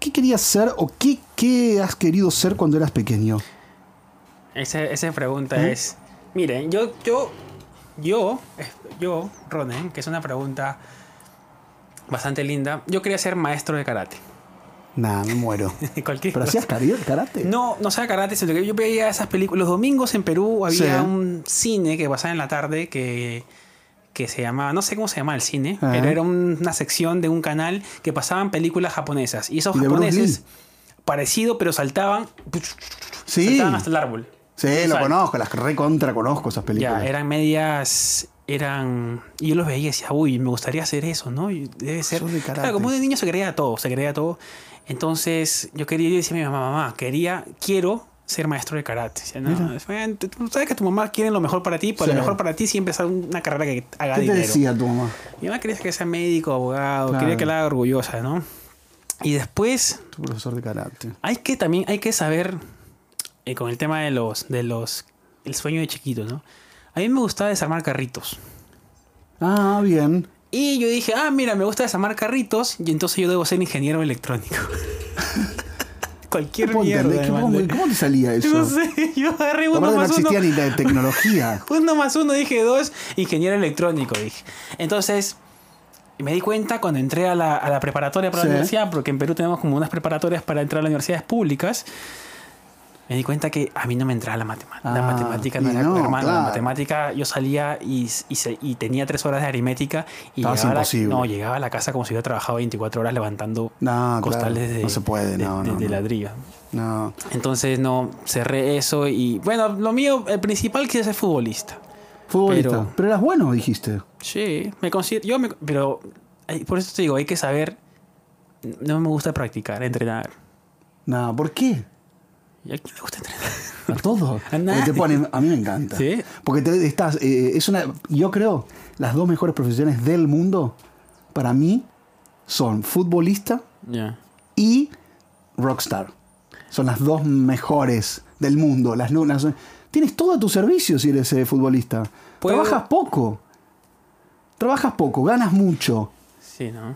qué querías ser o qué, qué has querido ser cuando eras pequeño? Esa, esa pregunta es. Miren, yo, yo, yo, eh, yo, Ronen, que es una pregunta bastante linda. Yo quería ser maestro de karate. Nah, me muero. Cualquier ¿Pero cosa. hacías cari- karate? No, no sea karate, sino que yo veía esas películas. Los domingos en Perú había Sí. un cine que pasaba en la tarde que, que se llamaba, no sé cómo se llamaba el cine, Ajá. pero era un- una sección de un canal que pasaban películas japonesas. Y esos Y de Bruce japoneses, parecido, pero saltaban, Sí, saltaban hasta el árbol. sí, lo Sal- conozco, las recontra conozco esas películas. Ya, eran medias, eran... Y yo los veía y decía, uy, me gustaría hacer eso, ¿no? Y Debe ser... Soy de karate. Claro, como de niño se creía todo, se creía todo. Entonces yo quería, yo decía a mi mamá, mamá, quería, quiero ser maestro de karate. Decía, no, Mira. es- bueno, tú- tú sabes que tu mamá quiere lo mejor para ti, pero Sí. lo mejor para ti siempre es una carrera que haga ¿Qué te dinero. decía tu mamá? Mi mamá quería que sea médico, abogado, Claro. quería que la haga orgullosa, ¿no? Y después Tu profesor de karate. hay que también, hay que saber eh, con el tema de los, de los, el sueño de chiquito, ¿no? A mí me gustaba desarmar carritos. Ah, bien. Y yo dije, ah, mira, me gusta desarmar carritos y entonces yo debo ser ingeniero electrónico. Cualquier ¿Cómo, mierda. entendés? ¿Cómo- mandé. cómo te salía eso? No sé, yo agarré uno Aparte no más uno. existía ni la tecnología. Uno más uno, dije dos, ingeniero electrónico, dije. Entonces, me di cuenta cuando entré a la, a la preparatoria para Sí. la universidad, porque en Perú tenemos como unas preparatorias para entrar a las universidades públicas, me di cuenta que a mí no me entraba la matemática. Ah, la matemática no y era no, hermano, claro. La matemática, yo salía y, y, se- y tenía tres horas de aritmética y Estabas llegaba a, la, imposible. no, llegaba a la casa como si hubiera trabajado 24 horas levantando No, claro, costales de, no se puede, de- no, de- no, de no. ladrillo. No. Entonces, no, cerré eso y bueno, lo mío, el principal quise ser futbolista. Futbolista. Pero, Pero- eras bueno, dijiste. Sí, me considero. Yo me, pero ay, por eso te digo, hay que saber. No me gusta practicar, entrenar. No, ¿por qué? ¿Y a quién le gusta entrenar? A todos. A Porque nadie. te ponen- a mí me encanta. ¿Sí? Porque te- estás, eh, es una, yo creo, las dos mejores profesiones del mundo, para mí, son futbolista Ya. y rockstar. Son las dos mejores del mundo, las lunas. Tienes todo a tu servicio si eres eh, futbolista. Puedo- Trabajas poco. Trabajas poco, ganas mucho. Sí, ¿no?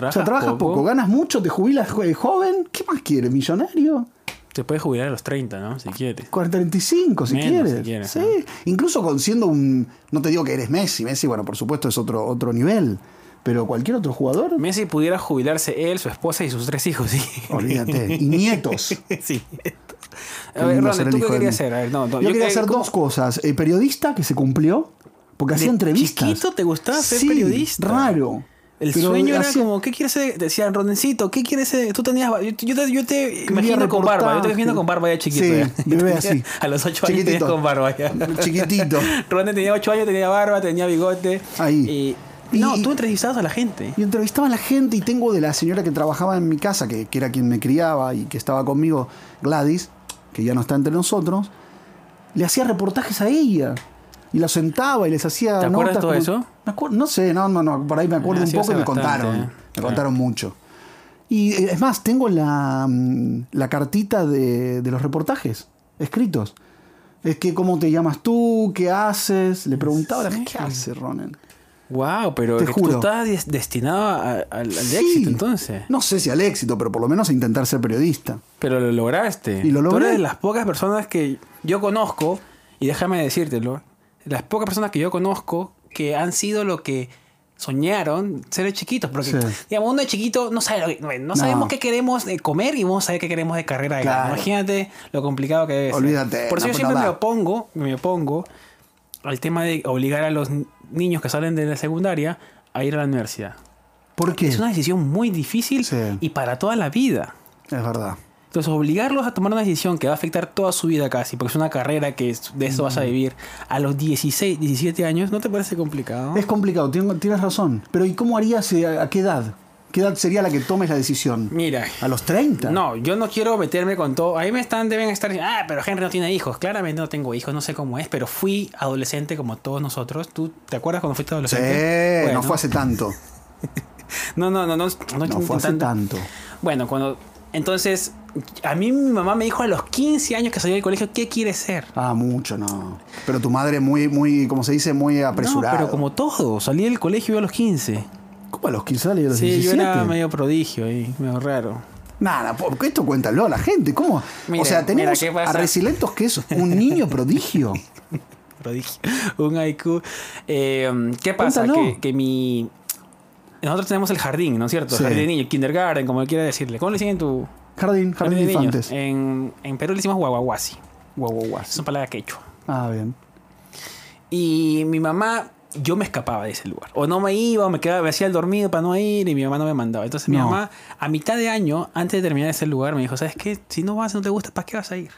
O sea, trabajas poco? ganas mucho, te jubilas jo- joven. ¿Qué más quieres? ¿Millonario? Te puedes jubilar a los 30, ¿no? Si quieres. 45 si Menos, quieres. si quieres, sí. ¿no? Incluso con siendo un. No te digo que eres Messi. Messi, bueno, por supuesto, es otro, otro nivel. Pero cualquier otro jugador, Messi pudiera jubilarse él, su esposa y sus tres hijos, sí. olvídate. Y nietos. sí. Qué A ver, lindo ser el Ronald, ¿tú qué hijo de querías mí. hacer? A ver, no, no, yo, quería que- hacer ¿cómo? dos cosas. Eh, periodista, que se cumplió, porque hacía ¿De entrevistas. chiquito te gustaba ser Sí, periodista? Raro. El Pero sueño era hacía- como, ¿qué quieres ser? Decían, Ronencito, ¿qué quieres ser? Tú tenías. bar- Yo, yo te, yo te Escribía imagino con barba. Yo te reportajes. imagino con barba ya chiquito. Sí, ya. bebé Tenías- así. A los 8 años tenías Chiquitito. con barba ya. Chiquitito. Ronen tenía 8 años, tenía barba, tenía bigote. Ahí. Y, no, Y- tú entrevistabas a la gente. Y entrevistaba a la gente y tengo de la señora que trabajaba en mi casa, que, que era quien me criaba y que estaba conmigo, Gladys, que ya no está entre nosotros, le hacía reportajes a ella. Y la sentaba y les hacía... ¿Te acuerdas notas todo como- eso? Me acuer- No sé, no, no, no, por ahí me acuerdo Ah, un sí, poco y hace me bastante, contaron. ¿eh? Me Ah. contaron mucho. Y eh, es más, tengo la, mm, la cartita de, de los reportajes escritos. Es que cómo te llamas tú, qué haces. Le preguntaba a la gente, ¿qué hace Ronan? Wow, pero Te que juro. tú estabas des- destinado a- al- al Sí. éxito entonces. No sé si al éxito, pero por lo menos a intentar ser periodista. Pero lo lograste. Y lo Tú logré. eres de las pocas personas que yo conozco, y déjame decírtelo, las pocas personas que yo conozco que han sido lo que soñaron ser de chiquitos. Porque, Sí. digamos, uno de chiquito no sabe, lo que- no, No. sabemos qué queremos eh, comer y vamos a saber qué queremos de carrera. de grande. Claro. Imagínate lo complicado que es. Olvídate, pues Por eso la yo siempre puta me madre. opongo, me opongo al tema de obligar a los ni- niños que salen de la secundaria a ir a la universidad. ¿Por qué? Es una decisión muy difícil Sí. y para toda la vida. Es verdad. Entonces, obligarlos a tomar una decisión que va a afectar toda su vida casi, porque es una carrera que es- de eso vas a vivir a los 16, 17 años, ¿no te parece complicado? Es complicado, tengo- tienes razón. Pero ¿y cómo harías eh, a, a qué edad? ¿Qué edad sería la que tomes la decisión? Mira, ¿A los 30? no, yo no quiero meterme con todo. Ahí me están, deben estar diciendo, ah, pero Henry no tiene hijos. Claramente no tengo hijos, no sé cómo es, pero fui adolescente como todos nosotros. ¿Tú te acuerdas cuando fuiste Sí, adolescente? no fue hace tanto. No, no, no, no, no, No fue hace tanto. tanto. Bueno, cuando. Entonces, a mí mi mamá me dijo a los 15 años que salí del colegio, ¿qué quieres ser? Ah, mucho, no. Pero tu madre muy, muy, como se dice, muy apresurada. No, pero como todo, salí del colegio yo a los 15. ¿Cómo a los 15 años? a los Sí, 17? yo era medio prodigio y medio raro. Nada, porque esto cuéntalo a la gente. ¿Cómo? Mira, o sea, tenemos mira, ¿qué pasa? a Resilentos que es un niño prodigio. prodigio, un IQ. Eh, ¿Qué pasa? Cuéntalo. Que, que mi. Nosotros tenemos el jardín, ¿no es cierto? Sí. Jardín de niños, kindergarten, como quiera decirle. ¿Cómo le dicen en tu Jardín, jardín de infantes. Eh, En, en Perú le decimos guaguaguasi. Es Guaguaguas. una palabra quechua. Ah, bien. Y mi mamá, yo me escapaba de ese lugar. O no me iba, o me quedaba, me hacía el dormido para no ir, y mi mamá no me mandaba. Entonces mi No. mamá, a mitad de año, antes de terminar ese lugar, me dijo, ¿sabes qué? Si no vas, no te gusta, ¿para qué vas a ir?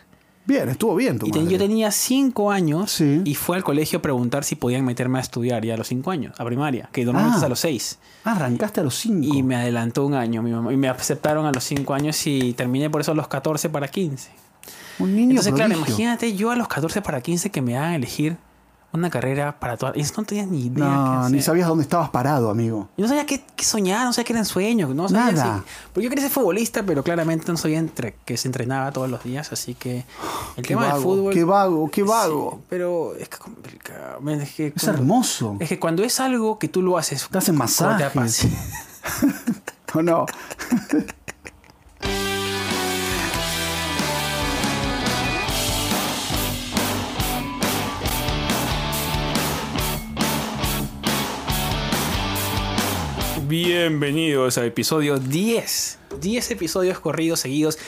Bien, estuvo bien tu Y te- madre. yo tenía cinco años Sí. y fue al colegio a preguntar si podían meterme a estudiar ya a los cinco años, a primaria, que normalmente Ah. es a los seis. Ah, arrancaste a los cinco. Y me adelantó un año mi mamá. Y me aceptaron a los cinco años y terminé por eso a los 14 para 15. Un niño Entonces, claro, prodigio. imagínate yo a los 14 para 15 que me hagan elegir una carrera para toda... Y no tenía ni idea. No, qué ni hacer. sabías dónde estabas parado, amigo. Yo no sabía qué, qué soñar, no sabía qué eran sueños, no sabía Nada. si- Porque yo quería ser futbolista, pero claramente no sabía entre, que se entrenaba todos los días, así que el tema vago, del fútbol... Qué vago, qué vago. Sí, pero es que es complicado. men, Es que, Es cuando- hermoso. es que cuando es algo que tú lo haces, Te hacen cuando te masajes. apasiona- ¿O no? Bienvenidos a episodio 10. 10 episodios corridos seguidos.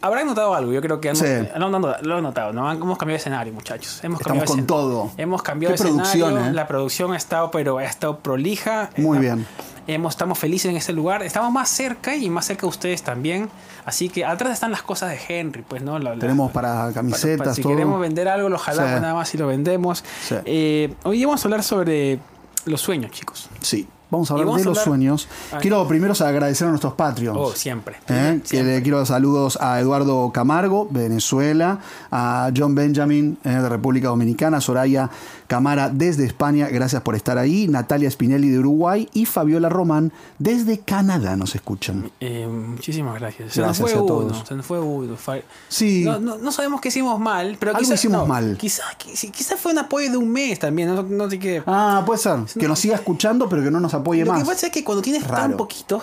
Habrán notado algo, yo creo que han, Sí. lo, han, lo han notado, ¿no? Han- hemos cambiado de escenario, muchachos. Hemos Estamos cambiado de con escen- todo. Hemos cambiado Qué de escenario. producción, ¿eh? La producción ha estado, pero ha estado prolija. Muy Está- bien. Hemos, estamos felices en este lugar. Estamos más cerca y más cerca de ustedes también. Así que atrás están las cosas de Henry, pues, ¿no? La- la- Tenemos para para- camisetas, pues, si todo. queremos vender algo, lo jalamos Sí. nada más y lo vendemos. Sí. Eh, hoy vamos a hablar sobre los sueños, chicos. Sí. Vamos a Y hablar vamos de a los hablar- sueños. Ay. Quiero primero agradecer a nuestros Patreons. Oh, siempre. ¿Eh? Que Siempre. le quiero saludos a Eduardo Camargo, Venezuela, a John Benjamin, eh, de República Dominicana, Soraya Camara, desde España, gracias por estar ahí, Natalia Spinelli, de Uruguay, y Fabiola Román, desde Canadá, nos escuchan. Eh, muchísimas gracias. Se Gracias nos fue a uno. todos. Se nos fue uno. Fa- Sí. No, no- no sabemos qué hicimos mal, pero Algo quizás. hicimos no, mal. Quizás quizá, quizá fue un apoyo de un mes también. No, no sé qué. Ah, puede ser. Que nos siga escuchando, pero que no nos apoye Lo que más. pasa es que cuando tienes tan Raro. poquitos,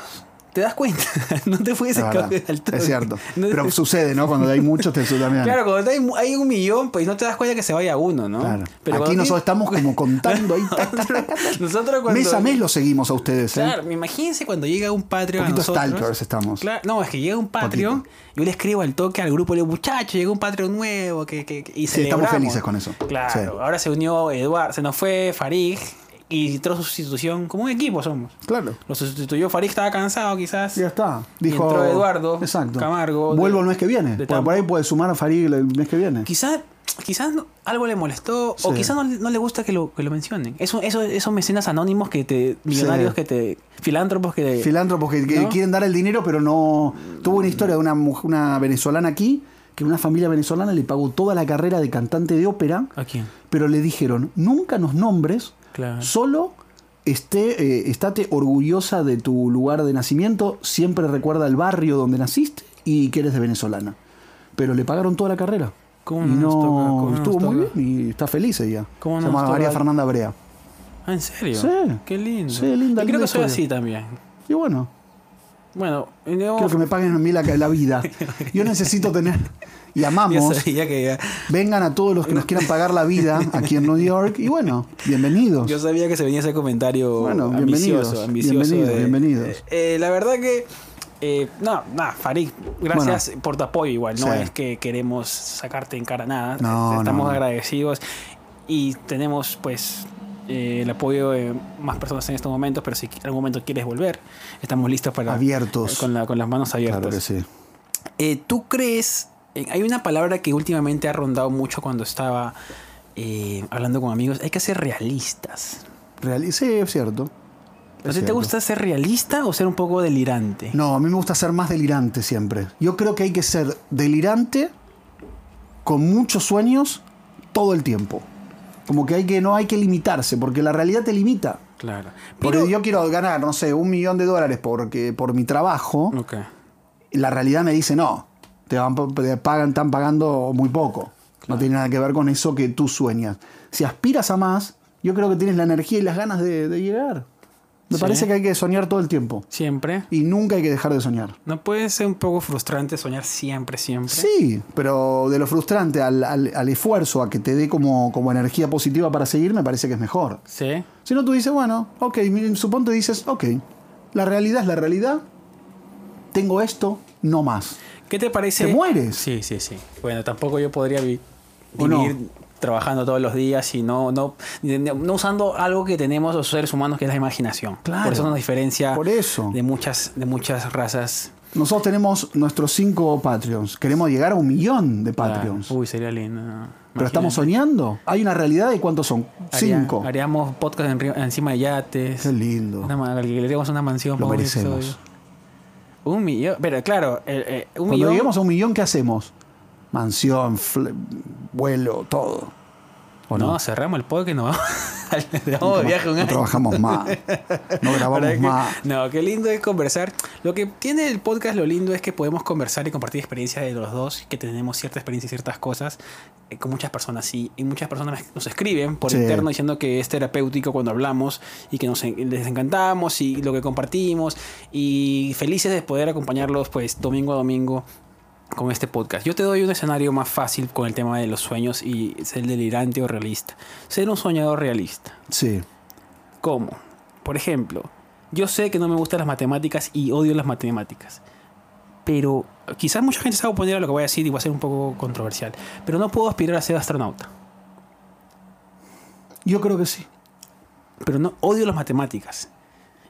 te das cuenta. no te puedes Es, verdad. escapar del todo. Es cierto. No- Pero sucede, ¿no? Cuando hay muchos, te sucede también. Claro, cuando hay, mu- hay un millón, pues no te das cuenta que se vaya uno, ¿no? Claro. Pero Aquí cuando nosotros tienes- estamos como contando ahí. tac, tac, tac, Nosotros- nosotros cuando. mes a mes lo seguimos a ustedes. ¿eh? Claro, imagínense cuando llega un Patreon. a Poquito nosotros. stalkers estamos. Claro, no, es que llega un Patreon, yo le escribo al toque al grupo, le digo, muchachos, llega un Patreon nuevo, que, que, que- y Sí, estamos celebramos. felices con eso. Claro, Sí. ahora se unió Eduardo, se nos fue Farig y entró su sustitución, como un equipo somos. Claro. Lo sustituyó Farig, estaba cansado quizás. Ya está. Dijo entró Eduardo exacto. Camargo. Vuelvo de- el mes que viene. de Porque por ahí puede sumar a Farig el mes que viene. Quizás quizás no- algo le molestó o Sí. quizás no, no le gusta que lo, que lo mencionen. Eso, eso, esos mecenas anónimos que te... Millonarios que te... Filántropos que... Filántropos que, que ¿No? eh, quieren dar el dinero, pero no. Tuvo una historia de una, mujer- una venezolana aquí que una familia venezolana le pagó toda la carrera de cantante de ópera, ¿A quién? pero le dijeron: nunca nos nombres, Claro. solo. Esté, eh, estate orgullosa de tu lugar de nacimiento, siempre recuerda el barrio donde naciste y que eres de venezolana. Pero le pagaron toda la carrera. ¿Cómo Y no nos no, toca? ¿Cómo no estuvo nos muy toca? bien y está feliz ella. ¿Cómo Se no nos llama María toca? Fernanda Brea. Ah, ¿en serio? Sí. Qué lindo. Sí, linda, linda Yo creo que soy historia. así también. Y bueno, Bueno, yo, quiero que me paguen a mí la, la vida. Yo necesito tener. Y yo amamos. sabía que ya- Vengan a todos los que nos quieran pagar la vida aquí en New York. Y bueno, bienvenidos. yo sabía que se venía ese comentario Bueno, bienvenidos, ambicioso, ambicioso bienvenidos, de- bienvenidos. Eh, eh, la verdad que eh, no, nada, Farid, gracias por tu apoyo igual, no Sí. es que queremos sacarte en cara nada, No, estamos no, no. agradecidos y tenemos pues eh, el apoyo de más personas en estos momentos, pero si en algún momento quieres volver, estamos listos para Abiertos. con, la- con las manos abiertas. Claro que sí. Eh, ¿Tú crees? eh, hay una palabra que últimamente ha rondado mucho cuando estaba eh, hablando con amigos. Hay que ser realistas. Real- sí, es cierto. ¿A Es ti te cierto. gusta ser realista o ser un poco delirante? No, a mí me gusta ser más delirante siempre. Yo creo que hay que ser delirante con muchos sueños todo el tiempo. Como que, hay que no hay que limitarse, porque la realidad te limita. Claro. Porque Pero, yo quiero ganar, no sé, un millón de dólares porque, por mi trabajo. Ok. y La realidad me dice no. Te, van, te pagan, están pagando muy poco. No tiene nada que ver con eso que tú sueñas. Si aspiras a más, yo creo que tienes la energía y las ganas de, de llegar. Me Sí. parece que hay que soñar todo el tiempo. Siempre. Y nunca hay que dejar de soñar. ¿No puede ser un poco frustrante soñar siempre, siempre? Sí, pero de lo frustrante al, al- al esfuerzo, a que te dé como, como energía positiva para seguir, me parece que es mejor. Sí. Si no, tú dices, bueno, ok, miren, suponte dices, ok, la realidad es la realidad, tengo esto, no más. ¿Qué te parece? Te mueres. Sí, sí, sí. Bueno, tampoco yo podría vi- ¿O no? vivir trabajando todos los días y no, no, no usando algo que tenemos los seres humanos, que es la imaginación. Claro. Por eso nos diferencia Por eso. De, muchas, de muchas razas. Nosotros tenemos nuestros cinco Patreons, queremos llegar a un millón de Patreons. Ah, uy, sería lindo. Imagínate. pero estamos soñando. Hay una realidad de cuántos son. Haría- Cinco. Haríamos podcast en río- encima de yates. Qué lindo. Una, ma- alquilaríamos una mansión. Lo para un merecemos. episodio. Un millón. Pero claro, el- eh, un Cuando millón. lleguemos a un millón, ¿qué hacemos? Mansión, fle- vuelo, todo. ¿O no? no? cerramos el podcast y nos vamos. Nos vamos de Nunca Oh, viaje más- un no año. trabajamos más. No ¿Verdad grabamos que- más. No, qué lindo es conversar. Lo que tiene el podcast, lo lindo es que podemos conversar y compartir experiencias de los dos, que tenemos cierta experiencia y ciertas cosas eh, con muchas personas, sí. Y muchas personas nos escriben por Sí. interno diciendo que es terapéutico cuando hablamos y que nos en- les encantamos y lo que compartimos. Y felices de poder acompañarlos, pues, domingo a domingo con este podcast. Yo te doy un escenario más fácil con el tema de los sueños y ser delirante o realista. Ser un soñador realista. Sí. ¿Cómo? Por ejemplo, yo sé que no me gustan las matemáticas y odio las matemáticas. Pero quizás mucha gente se va a oponer a lo que voy a decir y va a ser un poco controversial. Pero no puedo aspirar a ser astronauta. Yo creo que sí. Pero no odio las matemáticas.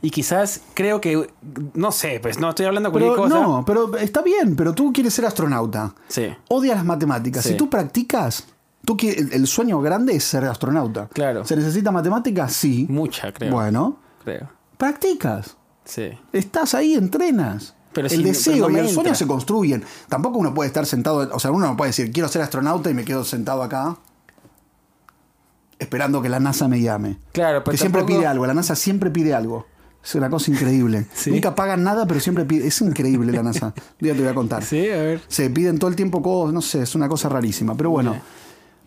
Y quizás creo que, no sé, pues no estoy hablando con Pero, cualquier cosa. no, pero está bien, pero tú quieres ser astronauta. Sí, Odias las matemáticas. Sí. Si tú practicas, tú qui- el, el sueño grande es ser astronauta. Claro. ¿Se necesita matemáticas? Sí. mucha creo. Bueno, Creo. practicas. Sí. Estás ahí, entrenas. Pero el si no- deseo pero no y me el sueño entra. se construyen. Tampoco uno puede estar sentado, o sea, uno no puede decir, quiero ser astronauta y me quedo sentado acá esperando que la NASA me llame. Claro, pero que siempre pues tampoco- pide algo, la NASA siempre pide algo. Es una cosa increíble. Sí. Nunca pagan nada, pero siempre pide. Es increíble la NASA. Un día te voy a contar. Sí, a ver. Se piden todo el tiempo cosas, no sé, es una cosa rarísima. Pero bueno, Ya.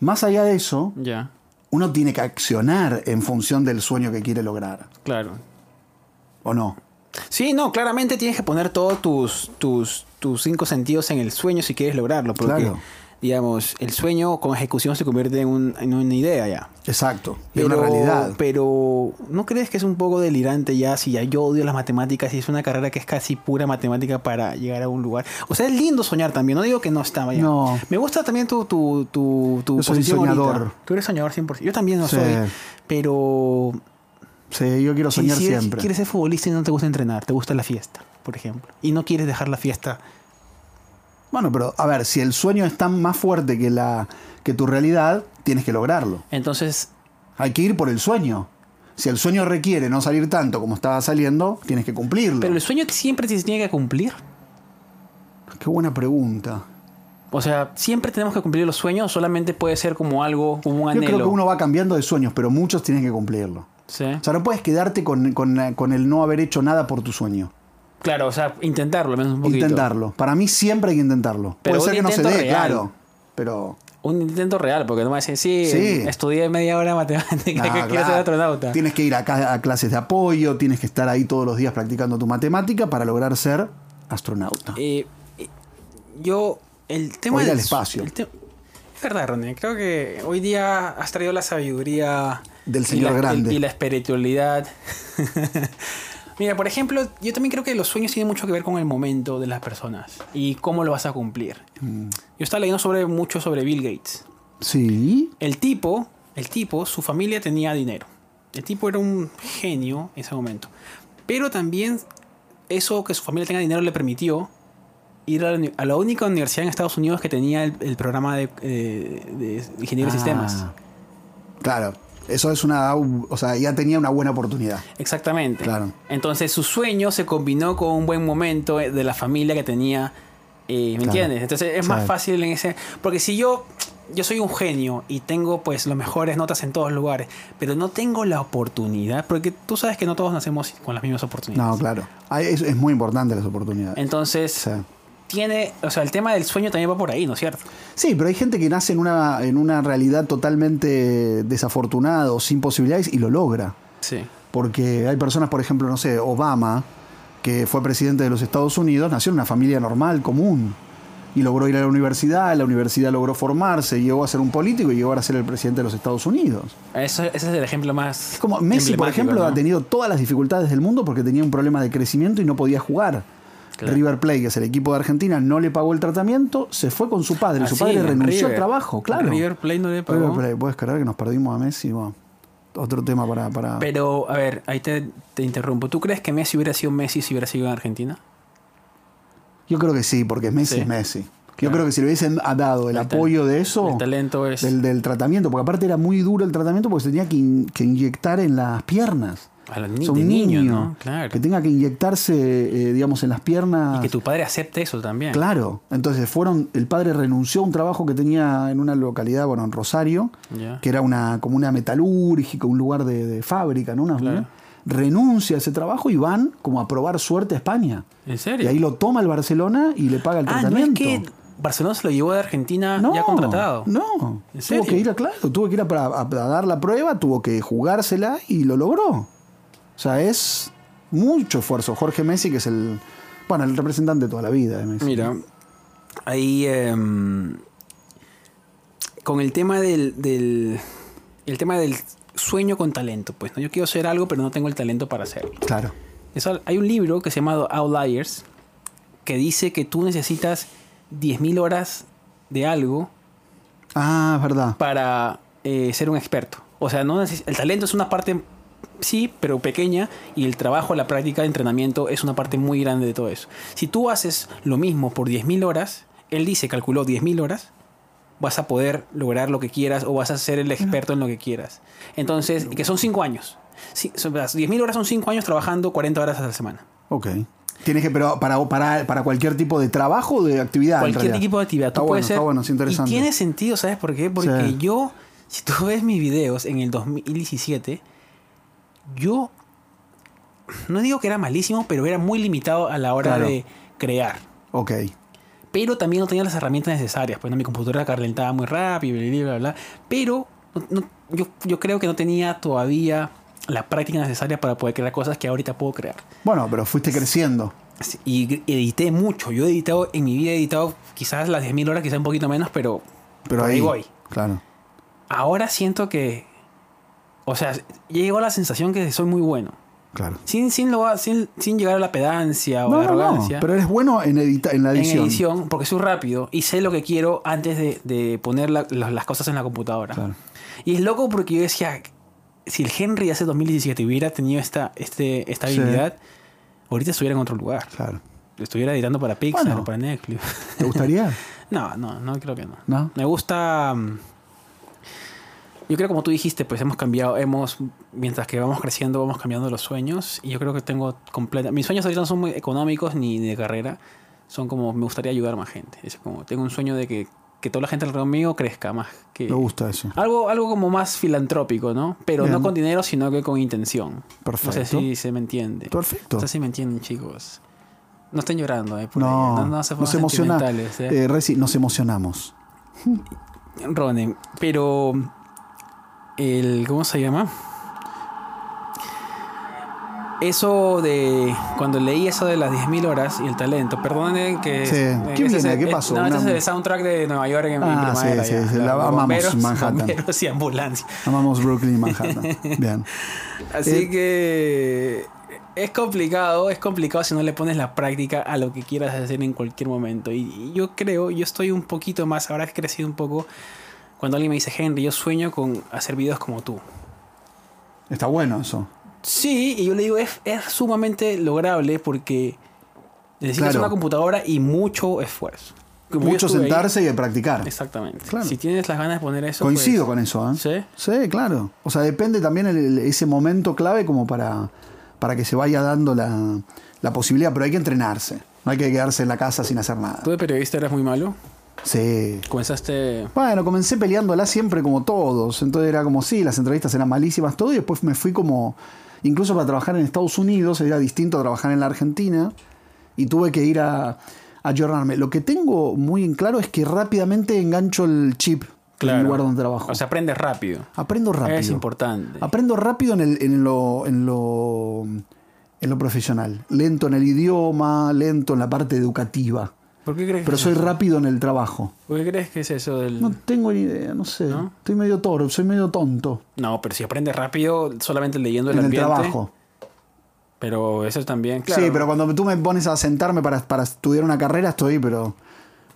más allá de eso, Ya, uno tiene que accionar en función del sueño que quiere lograr. claro. ¿O no? Sí, no, claramente tienes que poner todos tus, tus, tus cinco sentidos en el sueño si quieres lograrlo. Porque, Claro. digamos, el sueño con ejecución se convierte en, un- en una idea ya. Exacto. Es una realidad. Pero, ¿no crees que es un poco delirante ya si ya yo odio las matemáticas y es una carrera que es casi pura matemática para llegar a un lugar? O sea, es lindo soñar también, no digo que no está ya. No. Me gusta también tu, tu, tu, tu Yo soy posición ahorita. soñador. Tú eres soñador 100%. Yo también lo Sí. soy. Pero Sí, yo quiero soñar y si eres- siempre. quieres ser futbolista y no te gusta entrenar, te gusta la fiesta, por ejemplo, y no quieres dejar la fiesta. Bueno, pero a ver, si el sueño es tan más fuerte que, la, que tu realidad, tienes que lograrlo. Entonces, Hay que ir por el sueño. Si el sueño requiere no salir tanto como estaba saliendo, tienes que cumplirlo. pero el sueño siempre se tiene que cumplir. Qué buena pregunta. O sea, siempre tenemos que cumplir los sueños, solamente puede ser como algo, como un Yo anhelo. creo que uno va cambiando de sueños, pero muchos tienen que cumplirlo. Sí. O sea, no puedes quedarte con, con- con el no haber hecho nada por tu sueño. Claro, o sea, intentarlo, al menos un poquito. Intentarlo. Para mí siempre hay que intentarlo. Puede Pero un ser que no se dé, intento real. claro. Pero. Un intento real, porque no me dicen, sí, Sí. estudié media hora de matemática, Ah, que quiero claro. ser astronauta. Tienes que ir a, ca- a clases de apoyo, tienes que estar ahí todos los días practicando tu matemática para lograr ser astronauta. Eh, eh, yo, el tema O ir del al espacio. el te- es verdad, Ronnie. Creo que hoy día has traído la sabiduría Del y señor la- grande. y la espiritualidad. Mira, por ejemplo, yo también creo que los sueños tienen mucho que ver con el momento de las personas y cómo lo vas a cumplir. Mm. Yo estaba leyendo sobre mucho sobre Bill Gates. Sí. El tipo, el tipo, su familia tenía dinero. El tipo era un genio en ese momento. Pero también eso que su familia tenga dinero le permitió ir a la, uni- a la única universidad en Estados Unidos que tenía el, el programa de, eh, de ingeniería de sistemas. Ah, Claro. Eso es una. O sea, ya tenía una buena oportunidad. Exactamente. Claro. Entonces su sueño se combinó con un buen momento eh, de la familia que tenía. eh, Claro. ¿Me entiendes? Entonces es más Claro. fácil en ese... Porque si yo... Yo soy un genio y tengo pues las mejores notas en todos lugares, pero no tengo la oportunidad, porque tú sabes que no todos nacemos con las mismas oportunidades. No, claro. Ah, Es, es muy importante las oportunidades. Entonces, Sí. tiene, o sea, el tema del sueño también va por ahí, ¿no es cierto? Sí, pero hay gente que nace en una, en una realidad totalmente desafortunada o sin posibilidades y lo logra. Sí. Porque hay personas, por ejemplo, no sé, Obama, que fue presidente de los Estados Unidos, nació en una familia normal, común. Y logró ir a la universidad, la universidad logró formarse, llegó a ser un político y llegó ahora a ser el presidente de los Estados Unidos. Eso, ese es el ejemplo más. Es como Messi, por emblemático, ejemplo, ¿no? ha tenido todas las dificultades del mundo porque tenía un problema de crecimiento y no podía jugar. Claro. River Plate, que es el equipo de Argentina, no le pagó el tratamiento, se fue con su padre. Ah, su sí, padre en renunció al River. trabajo, claro. River Plate no le pagó. River Plate, puedes creer que nos perdimos a Messi. Bueno, otro tema para. para... Pero, a ver, ahí te, te interrumpo. ¿Tú crees que Messi hubiera sido Messi si hubiera sido en Argentina? Yo creo que sí, porque Messi Sí. es Messi. Yo Claro. creo que si le hubiesen dado el, El tal- apoyo de eso, El talento es. del, del tratamiento, porque aparte era muy duro el tratamiento porque se tenía que, in- que inyectar en las piernas. a los O ni- sea, de un niño, niño, ¿no? Claro. que tenga que inyectarse, eh, digamos, en las piernas. Y que tu padre acepte eso también. Claro, entonces fueron, el padre renunció a un trabajo que tenía en una localidad, bueno, en Rosario, Ya. que era una, como una metalúrgica, un lugar de, de fábrica, ¿no? Una- Claro. ¿no? Renuncia a ese trabajo y van como a probar suerte a España. ¿En Y serio? ahí lo toma el Barcelona y le paga el ah, no es tratamiento. que Barcelona se lo llevó de Argentina No, Ah, ya contratado. No, ¿En serio? tuvo que ir a claro, tuvo que ir a, pra- a- a dar la prueba, tuvo que jugársela y lo logró. O sea, es mucho esfuerzo. Jorge Messi, que es el, bueno, el representante de toda la vida de Messi. Mira, ahí em, con el tema del, del- el tema del sueño con talento, pues ¿no? yo quiero hacer algo pero no tengo el talento para hacerlo. Claro. Eso- hay un libro que se llama Outliers que dice que tú necesitas 10.000 horas de algo Ah, es verdad. para eh, ser un experto. O sea, no neces- el talento es una parte, sí, pero pequeña, y el trabajo, la práctica, el entrenamiento es una parte muy grande de todo eso. Si tú haces lo mismo por 10.000 horas, él dice, calculó 10.000 horas, vas a poder lograr lo que quieras o vas a ser el experto en lo que quieras. Entonces, que son 5 años. Sí, son- las 10.000 horas son 5 años trabajando 40 horas a la semana. Ok. Tienes que, pero para, para, para cualquier tipo de trabajo o de actividad. Ah, en cualquier realidad. tipo de actividad. Está Tú bueno, puedes ser- está bueno, es interesante. Y tiene sentido, ¿sabes por qué? Porque Sí. yo, si tú ves mis videos en el 2017, yo no digo que era malísimo, pero era muy limitado a la hora Claro. de crear. Ok. Pero también no tenía las herramientas necesarias. Pues ¿no? mi computadora calentaba muy rápido, bla, bla, bla, bla. Pero no- no- yo, yo creo que no tenía todavía la práctica necesaria para poder crear cosas que ahorita puedo crear. Bueno, Pero fuiste creciendo. Sí, Y edité mucho. Yo he editado, en mi vida he editado quizás las 10.000 horas, quizás un poquito menos, pero, Pero por ahí, voy. Claro. Ahora siento que. O sea, llegó la sensación que soy muy bueno. Claro. Sin, sin, lo- sin, sin llegar a la pedancia o No, la no, no, arrogancia. Pero eres bueno en, edita- en la en edición. edición, porque soy rápido y sé lo que quiero antes de, de poner la- la- las cosas en la computadora. Claro. Y es loco porque yo decía, si el Henry hace 2017 hubiera tenido esta, este, esta Sí. habilidad, ahorita estuviera en otro lugar. Claro. Estuviera editando para Pixar Bueno. o para Netflix. ¿Te gustaría? No, no, no creo que no. ¿No? Me gusta. mm, Yo creo, como tú dijiste, pues hemos cambiado, hemos. Mientras que vamos creciendo, vamos cambiando los sueños. Y yo creo que tengo completa. Mis sueños ahorita no son muy económicos ni de carrera. Son como, me gustaría ayudar a más gente. Es como, tengo un sueño de que, que toda la gente alrededor mío crezca más. Que, Me gusta eso. algo, algo como más filantrópico, ¿no? Pero no Bien. con dinero, sino que con intención. No sé Perfecto. si se me entiende. Perfecto. No sé si me entienden, chicos. No estén llorando, ¿eh? por No, ahí. nos, pongan emociona, sentimentales, ¿eh? eh, Reci, nos emocionamos. Ronen, pero el ¿cómo se llama? Eso de cuando leí eso de las 10.000 horas y el talento, perdonen que Sí. eh, ¿Qué ese es viene? el- ¿Qué eh, pasó? No, ese Una- es el soundtrack de Nueva York en, en Ah, primavera, sí, ya. sí, sí, la Los amamos, bomberos, Manhattan. bomberos y ambulancia. Amamos Brooklyn y Manhattan. Bien. Así Eh, que es complicado, es complicado si no le pones la práctica a lo que quieras hacer en cualquier momento. Y, y yo creo, yo estoy un poquito más, ahora que he crecido un poco, cuando alguien me dice, Henry, yo sueño con hacer videos como tú. Está bueno eso. Sí, y yo le digo, es, es sumamente lograble porque necesitas Claro. una computadora y mucho esfuerzo. Como yo Mucho estuve ahí- sentarse y practicar. exactamente. Claro. Si tienes las ganas de poner eso. Coincido pues, con eso, ¿eh? ¿Sí? Sí, claro. O sea, depende también el- el- ese momento clave como para, para que se vaya dando la, la posibilidad, pero hay que entrenarse. No hay que quedarse en la casa sin hacer nada. Tú de periodista eras muy malo. Sí. Comenzaste. Bueno, comencé peleándola siempre como todos. Entonces era como, sí, las entrevistas eran malísimas, todo. Y después me fui como, incluso para trabajar en Estados Unidos, era distinto a trabajar en la Argentina. Y tuve que ir a, a ayornarme. Lo que tengo muy en claro es que rápidamente engancho el chip del lugar donde trabajo. O sea, aprendes rápido. Ah, Aprendo rápido. Es importante. Aprendo rápido en, el- en lo, en, lo, en lo profesional. Lento en el idioma, lento en la parte educativa. ¿Por qué crees, Pero que, soy rápido en el trabajo. ¿por qué crees que es eso del.? No No, tengo ni idea, no sé. ¿No? Estoy medio toro, soy medio tonto pero si aprendes rápido solamente leyendo el en el ambiente. trabajo. Pero eso también. Claro, Sí, pero cuando tú me pones a sentarme para, para estudiar una carrera, estoy, pero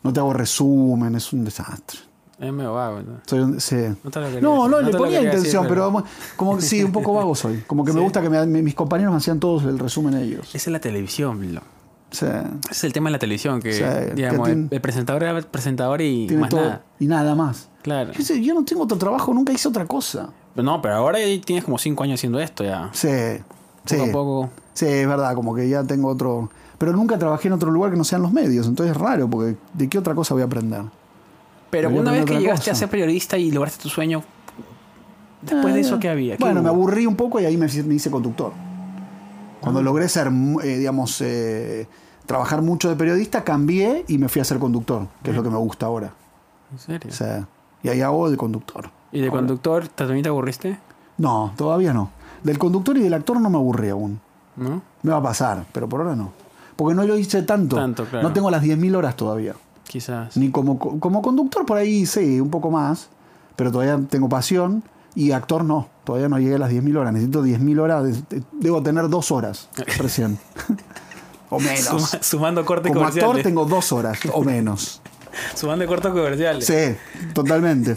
no te hago resumen, es un desastre. Es medio vago. ¿no? Soy un- sí. No te No, lo quería decir, no, no le te lo ponía quería intención, decir, pero, pero- vamos- como sí, un poco vago soy. Como que me Sí. gusta que me- me- mis compañeros me hacían todos el resumen de ellos. Esa es la televisión, Lilo. Sí. Ese es el tema de la televisión, que, Sí, que digamos, tiene- el, el presentador era el presentador y Tiene más todo nada. y nada más. Claro. Yo, sé, yo no tengo otro trabajo, nunca hice otra cosa. No, pero ahora ya tienes como cinco años haciendo esto ya. Sí, sí. Poco a poco. Sí, es verdad, como que ya tengo otro. Pero nunca trabajé en otro lugar que no sean los medios, entonces es raro, porque ¿de qué otra cosa voy a aprender? Pero Debería una vez aprender que otra llegaste a cosa. ser periodista y lograste tu sueño, después de eso, ¿qué había? ¿Qué Bueno, hubo? me aburrí un poco y ahí me, me hice conductor. Ah. Cuando logré ser, eh, digamos, eh, trabajar mucho de periodista, cambié y me fui a ser conductor, que es lo que me gusta ahora. ¿En serio? O sea, y ahí hago de conductor. ¿Y de Ahora. conductor también te aburriste? No, todavía no. Del conductor y del actor no me aburrí aún. ¿No? Me va a pasar, pero por ahora no. Porque no lo hice tanto. Tanto, claro. No tengo las 10.000 horas todavía. Quizás. Ni como, co- como conductor por ahí sí, un poco más, pero todavía tengo pasión. Y actor no, todavía no llegué a las 10.000 horas. Necesito 10.000 horas, de- de- debo tener dos horas recién. o menos. Suma- sumando cortes Como actor comerciales. tengo dos horas o menos. Sumando cortes comerciales. Sí, totalmente.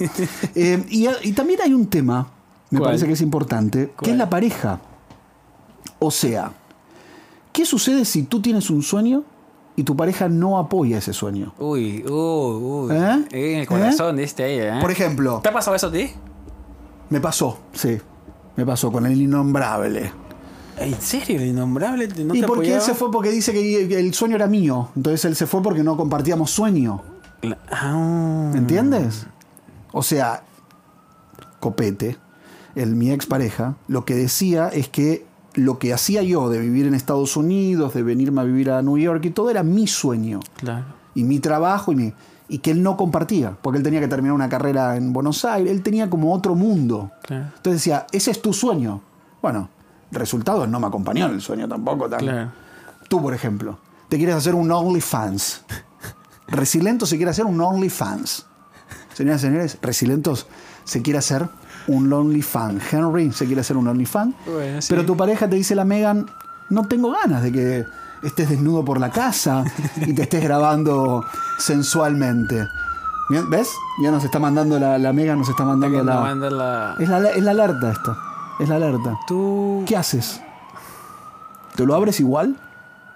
Eh, y, y también hay un tema, me ¿Cuál? parece que es importante, que ¿Cuál? es la pareja. O sea, ¿qué sucede si tú tienes un sueño y tu pareja no apoya ese sueño? Uy, uy, uy. ¿Eh? En ¿Eh? el corazón de este ahí, ¿eh? Por ejemplo, ¿Te ha pasado eso a ti? me pasó, sí, me pasó con el innombrable. ¿En serio? ¿El innombrable? ¿No y te porque él apoyaba? se fue porque dice que el sueño era mío, entonces él se fue porque no compartíamos sueño. La- Ah. ¿Entiendes? O sea, Copete, el, mi expareja, lo que decía es que lo que hacía yo de vivir en Estados Unidos, de venirme a vivir a New York y todo era mi sueño Claro. y mi trabajo y, mi- y que él no compartía, porque él tenía que terminar una carrera en Buenos Aires, él tenía como otro mundo. Claro. Entonces decía, ese es tu sueño. Bueno, resultado no me acompañó en el sueño tampoco. tan- Claro. Tú, por ejemplo, te quieres hacer un OnlyFans. Resilento se quiere hacer un OnlyFans. Señoras y señores, Resilentos se quiere hacer un OnlyFans. Henry se quiere hacer un OnlyFans. Bueno, sí. Pero tu pareja te dice la Megan, no tengo ganas de que estés desnudo por la casa y te estés grabando sensualmente. Mira, ¿Ves? Ya nos está mandando la, la Megan, nos está mandando Que la... no manda la- Es la, es la alerta esta. Es la alerta. Tú. ¿Qué haces? ¿Te lo abres igual?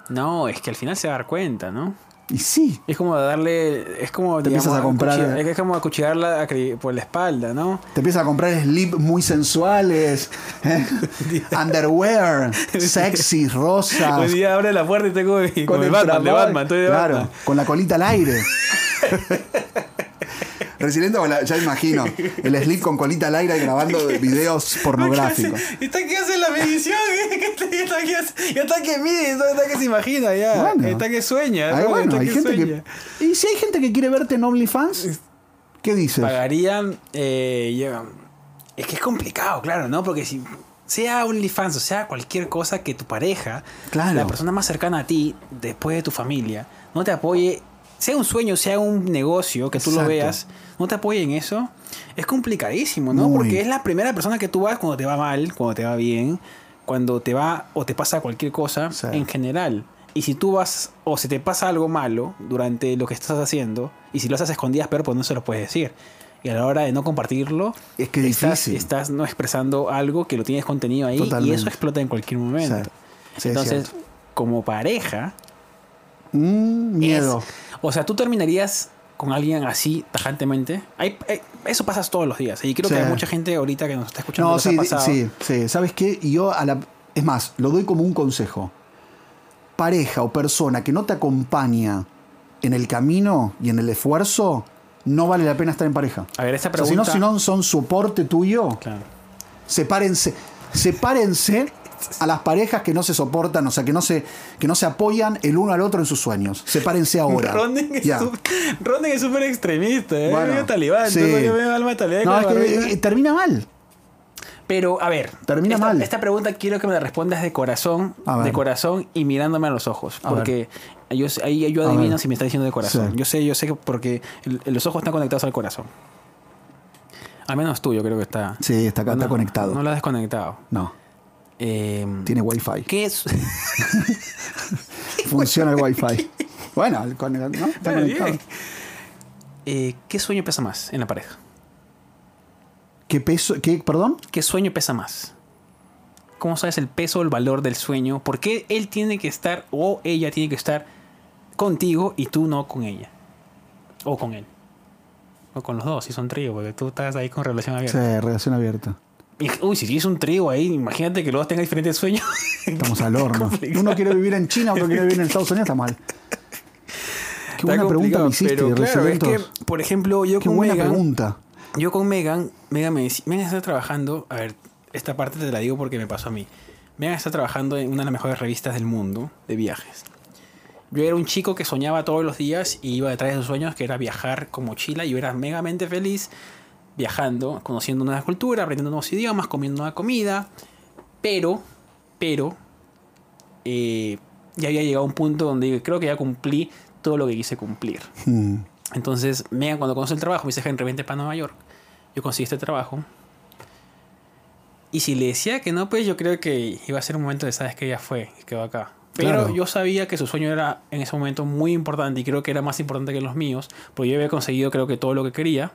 No, es que al final se va a dar cuenta, ¿no? Y sí. Es como darle. Es como. Te empiezas a comprar- eh. acuchillar- Es como acuchillarla a cri- por la espalda, ¿no? Te empiezas a comprar slip muy sensuales, ¿eh? underwear, sexy, Hoy rosas. día abre la puerta y tengo con, el trabajo. Batman, de Batman, estoy de claro, Batman. con la colita al aire. Resiliente, con la- ya imagino, el slip con colita al aire grabando videos pornográficos. ¿Y está que hace la medición? ¿Qué está que hace? Y está que mide, está que se imagina ya. Bueno. Está que sueña. Ay, ¿no? bueno, está hay que gente sueña. que. Y si hay gente que quiere verte en OnlyFans, ¿qué dices? Pagarían. eh, yo- es que es complicado, claro, ¿no? Porque si. Sea OnlyFans o sea cualquier cosa que tu pareja, Claro. la persona más cercana a ti, después de tu familia, no te apoye, sea un sueño, sea un negocio que tú lo Exacto. veas, no te apoye en eso, es complicadísimo, ¿no? Muy. Porque es la primera persona que tú vas cuando te va mal, cuando te va bien, cuando te va o te pasa cualquier cosa Sí. en general. Y si tú vas o si te pasa algo malo durante lo que estás haciendo, y si lo haces a escondidas, pero pues no se lo puedes decir. Y a la hora de no compartirlo, Es que estás, difícil. estás no expresando algo que lo tienes contenido ahí y Totalmente. eso explota en cualquier momento. Sí. Sí, es Entonces, cierto. como pareja, Mm, miedo. es- o sea, tú terminarías con alguien así tajantemente. Hay- hay- eso pasa todos los días. Y creo que Sí. hay mucha gente ahorita que nos está escuchando. No, que les ha sí, pasado. sí, sí. ¿Sabes qué? Y yo a la. Es más, lo doy como un consejo. Pareja o persona que no te acompaña en el camino y en el esfuerzo, no vale la pena estar en pareja. A ver, esta O sea, si no, pregunta. si no son soporte tuyo, Claro. sepárense. Sepárense a las parejas que no se soportan, o sea, que no se, que no se apoyan el uno al otro en sus sueños. Sepárense ahora. Ronden es Ya. su- Ronden es súper extremista, ¿eh? Bueno, Medio talibán. sí. entonces yo veo alma talibán No, con es la barbita. que eh, termina mal. Pero, a ver. Termina esta, mal. Esta pregunta quiero que me la respondas de corazón, A ver. de corazón y mirándome a los ojos. A porque yo, sé- ahí yo A adivino ver. si me está diciendo de corazón. Sí. Yo sé, yo sé que porque el- los ojos están conectados al corazón. Al menos tú, yo creo que está. Sí, está acá, está no, conectado. No lo has desconectado. No, Eh, tiene wifi. ¿Qué es? Funciona el wifi. Bueno, el con- ¿no? está Muy bien. conectado. Eh, ¿Qué sueño pesa más en la pareja? ¿Qué peso? ¿Qué, perdón? ¿Qué sueño pesa más? ¿Cómo sabes el peso o el valor del sueño? ¿Por qué él tiene que estar o ella tiene que estar contigo y tú no con ella? O con él. O con los dos, si son trío, porque tú estás ahí con relación abierta. Sí, relación abierta. Y, Uy, si tienes un trío ahí, imagínate que los dos tengan diferentes sueños. Estamos al horno. Complicado. Uno quiere vivir en China, otro quiere vivir en Estados Unidos, está mal. Qué Está buena pregunta complicado, me hiciste, pero claro, es que, Resedentos. por ejemplo, yo Qué con buena Megan- pregunta. Yo con Megan, Megan me decía, Megan está trabajando, a ver, esta parte te la digo porque me pasó a mí. Megan está trabajando en una de las mejores revistas del mundo de viajes. Yo era un chico que soñaba todos los días y iba detrás de sus sueños, que era viajar con mochila. y Yo era megamente feliz viajando, conociendo nuevas culturas, aprendiendo nuevos idiomas, comiendo nueva comida. Pero, pero, eh, ya había llegado a un punto donde creo que ya cumplí todo lo que quise cumplir. Hmm. Entonces, Megan, cuando conoce el trabajo, me dice, Henry, vente para Nueva York. Yo conseguí este trabajo. Y si le decía que no, pues yo creo que iba a ser un momento de, sabes que ya fue, y quedó acá. Pero Claro. yo sabía que su sueño era en ese momento muy importante y creo que era más importante que los míos, porque yo había conseguido creo que todo lo que quería.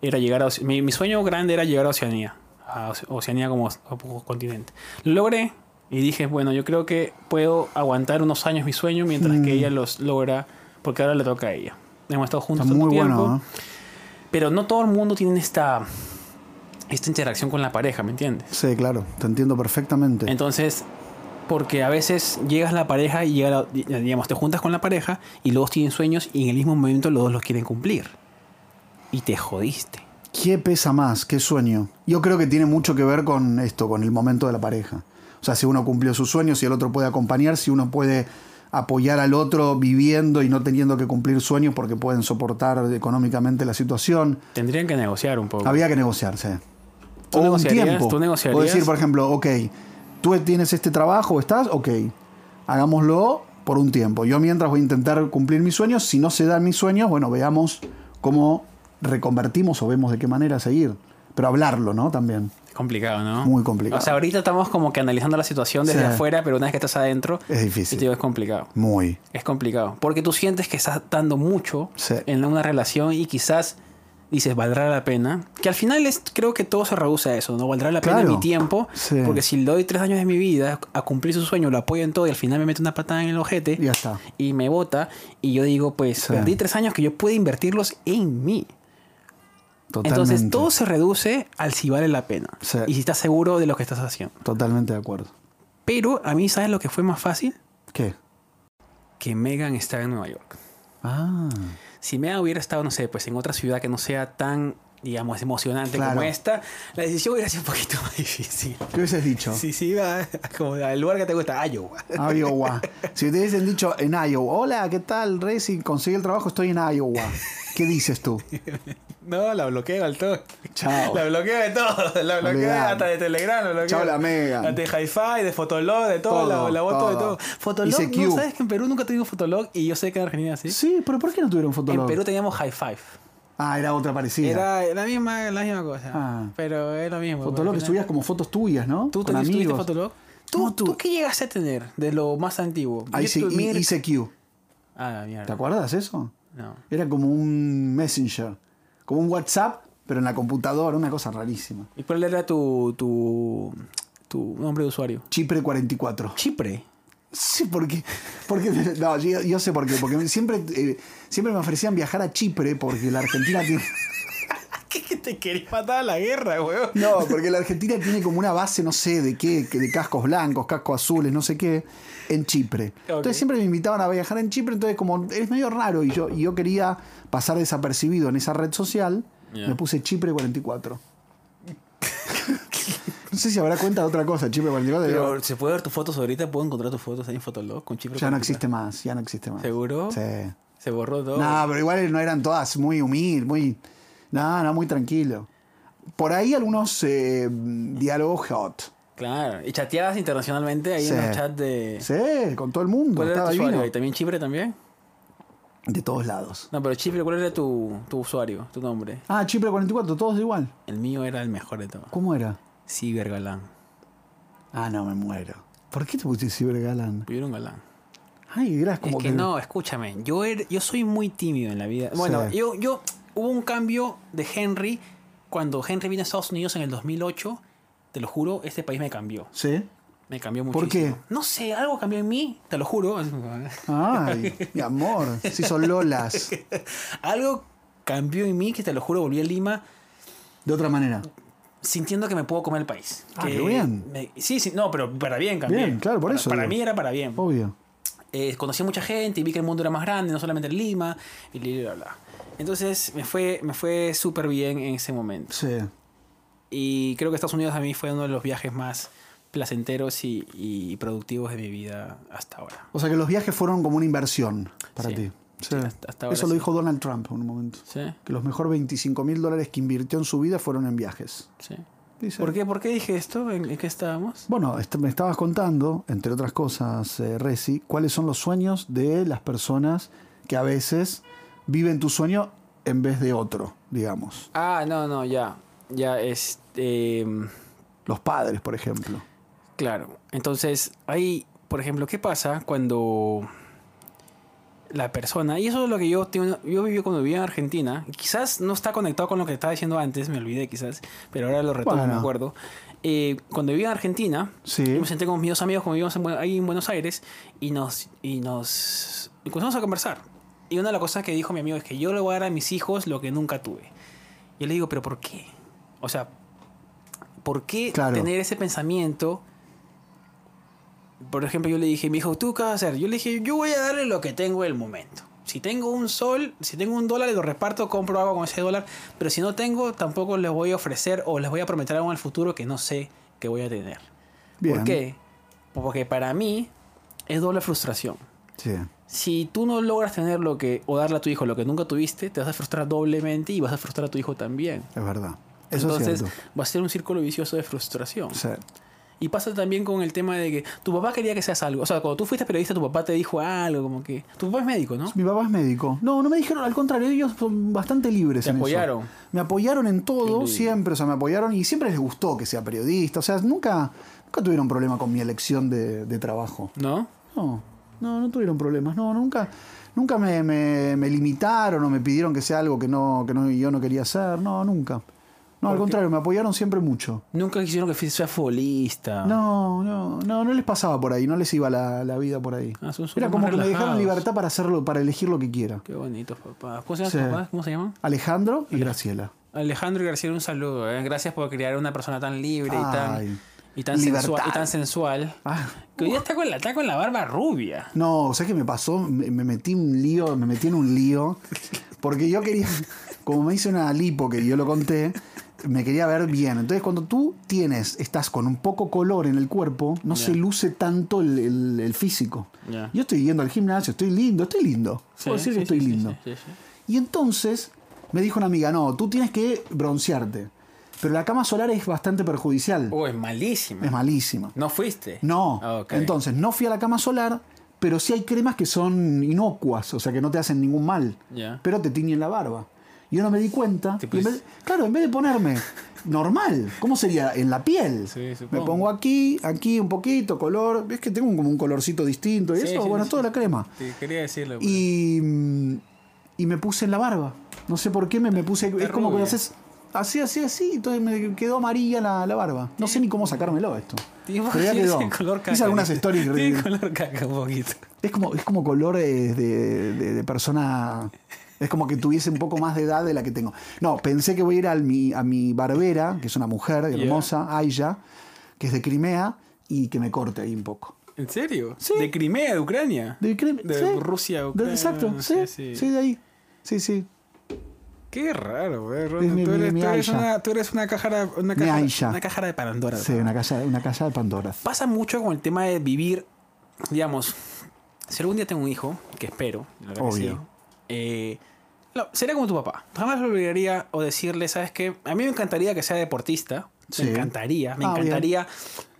Era llegar a Oce- mi, mi sueño grande era llegar a Oceanía, a Oce- Oceanía como, como continente. Lo logré y dije, bueno, yo creo que puedo aguantar unos años mi sueño mientras Mm. que ella los logra, porque ahora le toca a ella. Hemos estado juntos Está tanto muy tiempo. bueno. ¿eh? Pero no todo el mundo tiene esta, esta interacción con la pareja, ¿me entiendes? Sí, claro, te entiendo perfectamente. Entonces, porque a veces llegas a la pareja y llega la- digamos, te juntas con la pareja y los dos tienen sueños y en el mismo momento los dos los quieren cumplir. Y te jodiste. ¿Qué pesa más? ¿Qué sueño? Yo creo que tiene mucho que ver con esto, con el momento de la pareja. O sea, si uno cumplió sus sueños, si el otro puede acompañar, si uno puede apoyar al otro viviendo y no teniendo que cumplir sueños porque pueden soportar económicamente la situación. Tendrían que negociar un poco. Había que negociarse. ¿Tú o un negociarías? tiempo. ¿Tú negociarías? O decir, por ejemplo, ok, tú tienes este trabajo, estás, ok, hagámoslo por un tiempo. Yo mientras voy a intentar cumplir mis sueños, si no se dan mis sueños, bueno, veamos cómo reconvertimos o vemos de qué manera seguir. Pero hablarlo, ¿no? También. Complicado, ¿no? Muy complicado. O sea, ahorita estamos como que analizando la situación desde Sí. afuera, pero una vez que estás adentro, Es sí. difícil. te digo, es complicado. Muy. Es complicado. Porque tú sientes que estás dando mucho Sí. en una relación y quizás dices, ¿valdrá la pena? Que al final es, creo que todo se reduce a eso, ¿no? ¿Valdrá la pena Claro. mi tiempo? Sí. Porque si le doy tres años de mi vida a cumplir su sueño, lo apoyo en todo y al final me mete una patada en el ojete Ya está. y me bota y yo digo, pues Sí. perdí tres años que yo pude invertirlos en mí. Totalmente. Entonces todo se reduce al si vale la pena Sí. y si estás seguro de lo que estás haciendo. Totalmente de acuerdo. Pero a mí, ¿sabes lo que fue más fácil? ¿Qué? Que Megan está en Nueva York. Ah. Si Megan hubiera estado, no sé, pues en otra ciudad que no sea tan, digamos, emocionante Claro. como esta, la decisión hubiera sido un poquito más difícil. ¿Qué hubieses dicho? Sí, sí, va, como al lugar que te gusta, Ah, Iowa. Ah, Iowa. Si te hubiesen dicho en Iowa, hola, ¿qué tal, Racing? Conseguí el trabajo, estoy en Iowa. ¿Qué dices tú? No, la bloqueo al todo. Chao. La bloqueo de todo. La bloqueo Olvidate. hasta de Telegram. La bloqueo. Chao, la Megan. Hasta de Hi-Fi, de Fotolog, de todo. Todo, la, la boto de todo. todo. Y Fotolog, CQ. ¿no sabes que en Perú nunca tuvimos Fotolog? Y yo sé que en Argentina sí. Sí, pero ¿por qué no tuvieron en fotolog? Perú teníamos Hi-Fi. Ah, era otra parecida. Era la misma, la misma cosa. Ah. Pero es lo mismo. pues, Fotolog que Al final- subías como fotos tuyas, ¿no? ¿Tú Con también tuviste amigos. Fotolog? ¿Tú, No, tú. tú. qué llegaste a tener de lo más antiguo? Ah, IC- YouTube, Mir- ICQ. Ah, la ¿Te mierda. acuerdas eso? No. Era como un Messenger, como un WhatsApp, pero en la computadora, una cosa rarísima. ¿Y cuál era tu, tu, tu nombre de usuario? Chipre 44. Chipre. Sí, porque, porque no, yo, yo sé por qué, porque siempre, eh, siempre me ofrecían viajar a Chipre porque la Argentina tiene ¿Qué, qué te querés matar a la guerra, weón? No, porque la Argentina tiene como una base, no sé de qué, que de cascos blancos, cascos azules, no sé qué, en Chipre. Entonces Ok. siempre me invitaban a viajar en Chipre, entonces como es medio raro y yo, y yo quería pasar desapercibido en esa red social, Ya. me puse Chipre 44. No sé si habrá cuenta de otra cosa, Chipre 44. Pero digo, se puede ver tus fotos ahorita, puedo encontrar tus fotos ahí en Fotolog con Chipre. ya no 44. existe más, ya no existe más. ¿Seguro? Oh. Sí. Se borró todo. No, pero igual no eran todas muy humildes, muy. No, no, muy tranquilo. Por ahí algunos eh, diálogos hot. Claro. Y chateadas internacionalmente ahí Sí. en los chats de. Sí, con todo el mundo. ¿Cuál era tu Estaba usuario? divino. ¿Y también Chipre también? De todos lados. No, pero Chipre, ¿cuál era tu, tu usuario, tu nombre? Ah, Chipre 44, todos igual. El mío era el mejor de todos. ¿Cómo era? Cibergalán. Ah, no, me muero. ¿Por qué te pusiste cibergalán? Yo era un galán. Ay, eras como es que, no, escúchame, yo, er- yo soy muy tímido en la vida. Bueno, Sí. yo, yo hubo un cambio de Henry cuando Henry vino a Estados Unidos en el 2008. Te lo juro, este país me cambió. Sí. Me cambió muchísimo. ¿Por qué? No sé, algo cambió en mí, te lo juro. Ay, mi amor. Sí, son Lolas. algo cambió en mí que te lo juro, volví a Lima De otra manera. sintiendo que me puedo comer el país. Ah, Que qué bien. me- sí, sí, no, pero para bien cambié. Bien, claro, por Para- eso Para digo. mí era para bien. Obvio. eh, conocí a mucha gente y vi que el mundo era más grande, no solamente en Lima, y bla, bla, bla. Entonces me fue, me fue súper bien en ese momento. Sí. Y creo que Estados Unidos a mí fue uno de los viajes más placenteros y, y productivos de mi vida hasta ahora. O sea que los viajes fueron como una inversión para Sí. ti. Sí, hasta- hasta ahora Eso lo sí. dijo Donald Trump en un momento. ¿Sí? Que los mejores 25 mil dólares que invirtió en su vida fueron en viajes. ¿Sí? Dice. ¿Por, qué, ¿Por qué dije esto? ¿En, en qué estábamos? Bueno, est- me estabas contando, entre otras cosas, eh, Resi, cuáles son los sueños de las personas que a veces viven tu sueño en vez de otro, digamos. Ah, no, no, ya. Ya, este... Los padres, por ejemplo. Claro. Entonces, ahí, por ejemplo, ¿qué pasa cuando la persona, y eso es lo que yo tengo, yo viví cuando vivía en Argentina, y quizás no está conectado con lo que estaba diciendo antes, me olvidé quizás, pero ahora lo retomo, Bueno. me acuerdo. Eh, cuando vivía en Argentina, Sí. yo me senté con mis dos amigos, como vivíamos en Bu- ahí en Buenos Aires, y nos, y nos y comenzamos a conversar. Y una de las cosas que dijo mi amigo es que yo le voy a dar a mis hijos lo que nunca tuve. Yo le digo, pero ¿por qué? O sea, ¿por qué Claro. tener ese pensamiento? Por ejemplo, yo le dije, mi hijo, ¿tú qué vas a hacer? Yo le dije, yo voy a darle lo que tengo el momento. Si tengo un sol, si tengo un dólar y lo reparto, compro algo con ese dólar. Pero si no tengo, tampoco les voy a ofrecer o les voy a prometer algo en el futuro que no sé que voy a tener. Bien. ¿Por qué? Porque para mí es doble frustración. Sí. Si tú no logras tener lo que, o darle a tu hijo lo que nunca tuviste, te vas a frustrar doblemente y vas a frustrar a tu hijo también. Es verdad. Eso Entonces es cierto. va a ser un círculo vicioso de frustración. Sí. Y pasa también con el tema de que tu papá quería que seas algo. O sea, cuando tú fuiste periodista, tu papá te dijo algo, como que. Tu papá es médico, ¿no? Mi papá es médico. No, no me dijeron, al contrario, ellos son bastante libres. Te en eso. apoyaron. Me apoyaron en todo, lindo. siempre, o sea, me apoyaron y siempre les gustó que sea periodista. O sea, nunca, nunca tuvieron problema con mi elección de, de trabajo. ¿No? No, no, no tuvieron problemas. No, nunca, nunca me, me- me limitaron o me pidieron que sea algo que no, que no- yo no quería hacer. No, nunca. No, al contrario, me apoyaron siempre mucho. Nunca quisieron que fuese- seas futbolista. No, no, no, no les pasaba por ahí, no les iba la, la vida por ahí. Ah, son súper Era como más que me dejaron relajados. libertad para hacerlo, para elegir lo que quiera. Qué bonitos papás. ¿Cómo se llaman Sí. tus papás? ¿Cómo se llaman? Alejandro y Graciela. Alejandro y García, un saludo. ¿eh? Gracias por crear una persona tan libre y Ay, tan. Y tan, sensual, libertad. y tan sensual. Ah. Que hoy día está con, la, está con la barba rubia. No, ¿sabes qué me pasó? Me, me metí un lío, me metí en un lío. Porque yo quería, como me hice una lipo que yo lo conté, me quería ver bien. Entonces, cuando tú tienes, estás con un poco color en el cuerpo, no se luce tanto el, el- el físico. Ya. Yo estoy yendo al gimnasio, estoy lindo, estoy lindo. Puedo decir que estoy sí, lindo. sí, sí, sí. Y entonces me dijo una amiga, no, tú tienes que broncearte. Pero la cama solar es bastante perjudicial. Oh, es malísima. Es malísima. ¿No fuiste? No. Ah, ok. Entonces, no fui a la cama solar, pero sí hay cremas que son inocuas, o sea, que no te hacen ningún mal, Ya. pero te tiñen la barba. Yo no me di cuenta. Te y en vez- pusiste- claro, en vez de ponerme normal, ¿cómo sería? En la piel. Sí, me supongo. pongo aquí, aquí un poquito, color. Es que tengo un- como un colorcito distinto y Sí, eso, sí, bueno, sí. es toda la crema. Te quería decirlo. pero- Y, mm, y me puse en la barba. No sé por qué me, me puse. Es como que rubia. haces así, así, así. Entonces me quedó amarilla la, la barba. No sé ni cómo sacármelo esto. Tiene Pero ya quedó. color caca. Hice algunas stories. Tiene re- color caca un poquito. Es como, es como colores de, de- de persona. Es como que tuviese un poco más de edad de la que tengo. No, pensé que voy a ir al mi- a mi barbera, que es una mujer Ya. hermosa, Aya, que es de Crimea, y que me corte ahí un poco. ¿En serio? Sí. De Crimea, de Ucrania. De, Crimea, De sí. Rusia, De- Ucrania, exacto, no sí, sé, sí, sí. de ahí. Sí, sí. Qué raro, güey. Ronan, Es mi- tú, mi- eres, mi tú eres Aisha. una, tú eres una cajara, una Mi Aisha. cajara, una cajara de Pandora. Sí, una casa, una casa de Pandora. Pasa mucho con el tema de vivir, digamos, si algún día tengo un hijo, que espero, la verdad que sí, Obvio. eh, no, sería como tu papá. Jamás lo obligaría o decirle, ¿sabes qué? A mí me encantaría que sea deportista. Sí. Me encantaría, me Ah, bien. encantaría.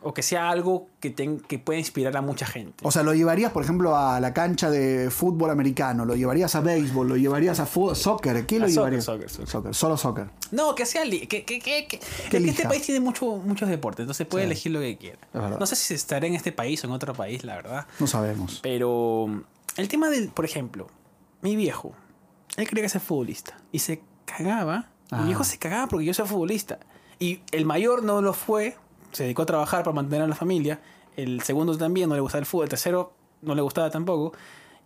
O que sea algo que, ten- que pueda inspirar a mucha gente. O sea, lo llevarías, por ejemplo, a la cancha de fútbol americano, lo llevarías a béisbol, lo llevarías a fu- soccer. ¿Qué lo A soccer, llevarías? soccer, soccer. Solo soccer. No, que sea. li- Que, que, que, que- es que elija. este país tiene mucho, muchos deportes, entonces puede elegir lo que quiera. Es verdad. No sé si estaré en este país o en otro país, la verdad. No sabemos. Pero el tema del, por ejemplo, mi viejo, él quería que sea futbolista y se cagaba. Ah. Mi viejo se cagaba porque yo soy futbolista. Y el mayor no lo fue, se dedicó a trabajar para mantener a la familia. El segundo también no le gustaba el fútbol, el tercero no le gustaba tampoco.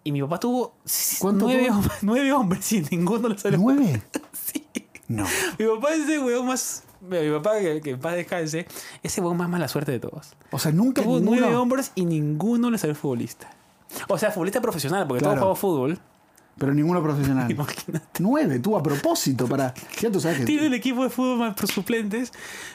Y mi papá tuvo s- ¿Cuánto nueve, tuvo? hom- nueve hombres y ninguno le salió. ¿Nueve? Sí. No. Mi papá es ese weón más. Mi papá, que, que en paz descanse, ese weón más mala suerte de todos. O sea, nunca Tuvo ninguno- nueve hombres y ninguno le salió futbolista. O sea, futbolista profesional, porque Claro. todos jugamos fútbol. Pero ninguno profesional. Imagínate. Nueve, tú a propósito, para. Ya tú sabes que. Tiene el equipo de fútbol más por suplentes,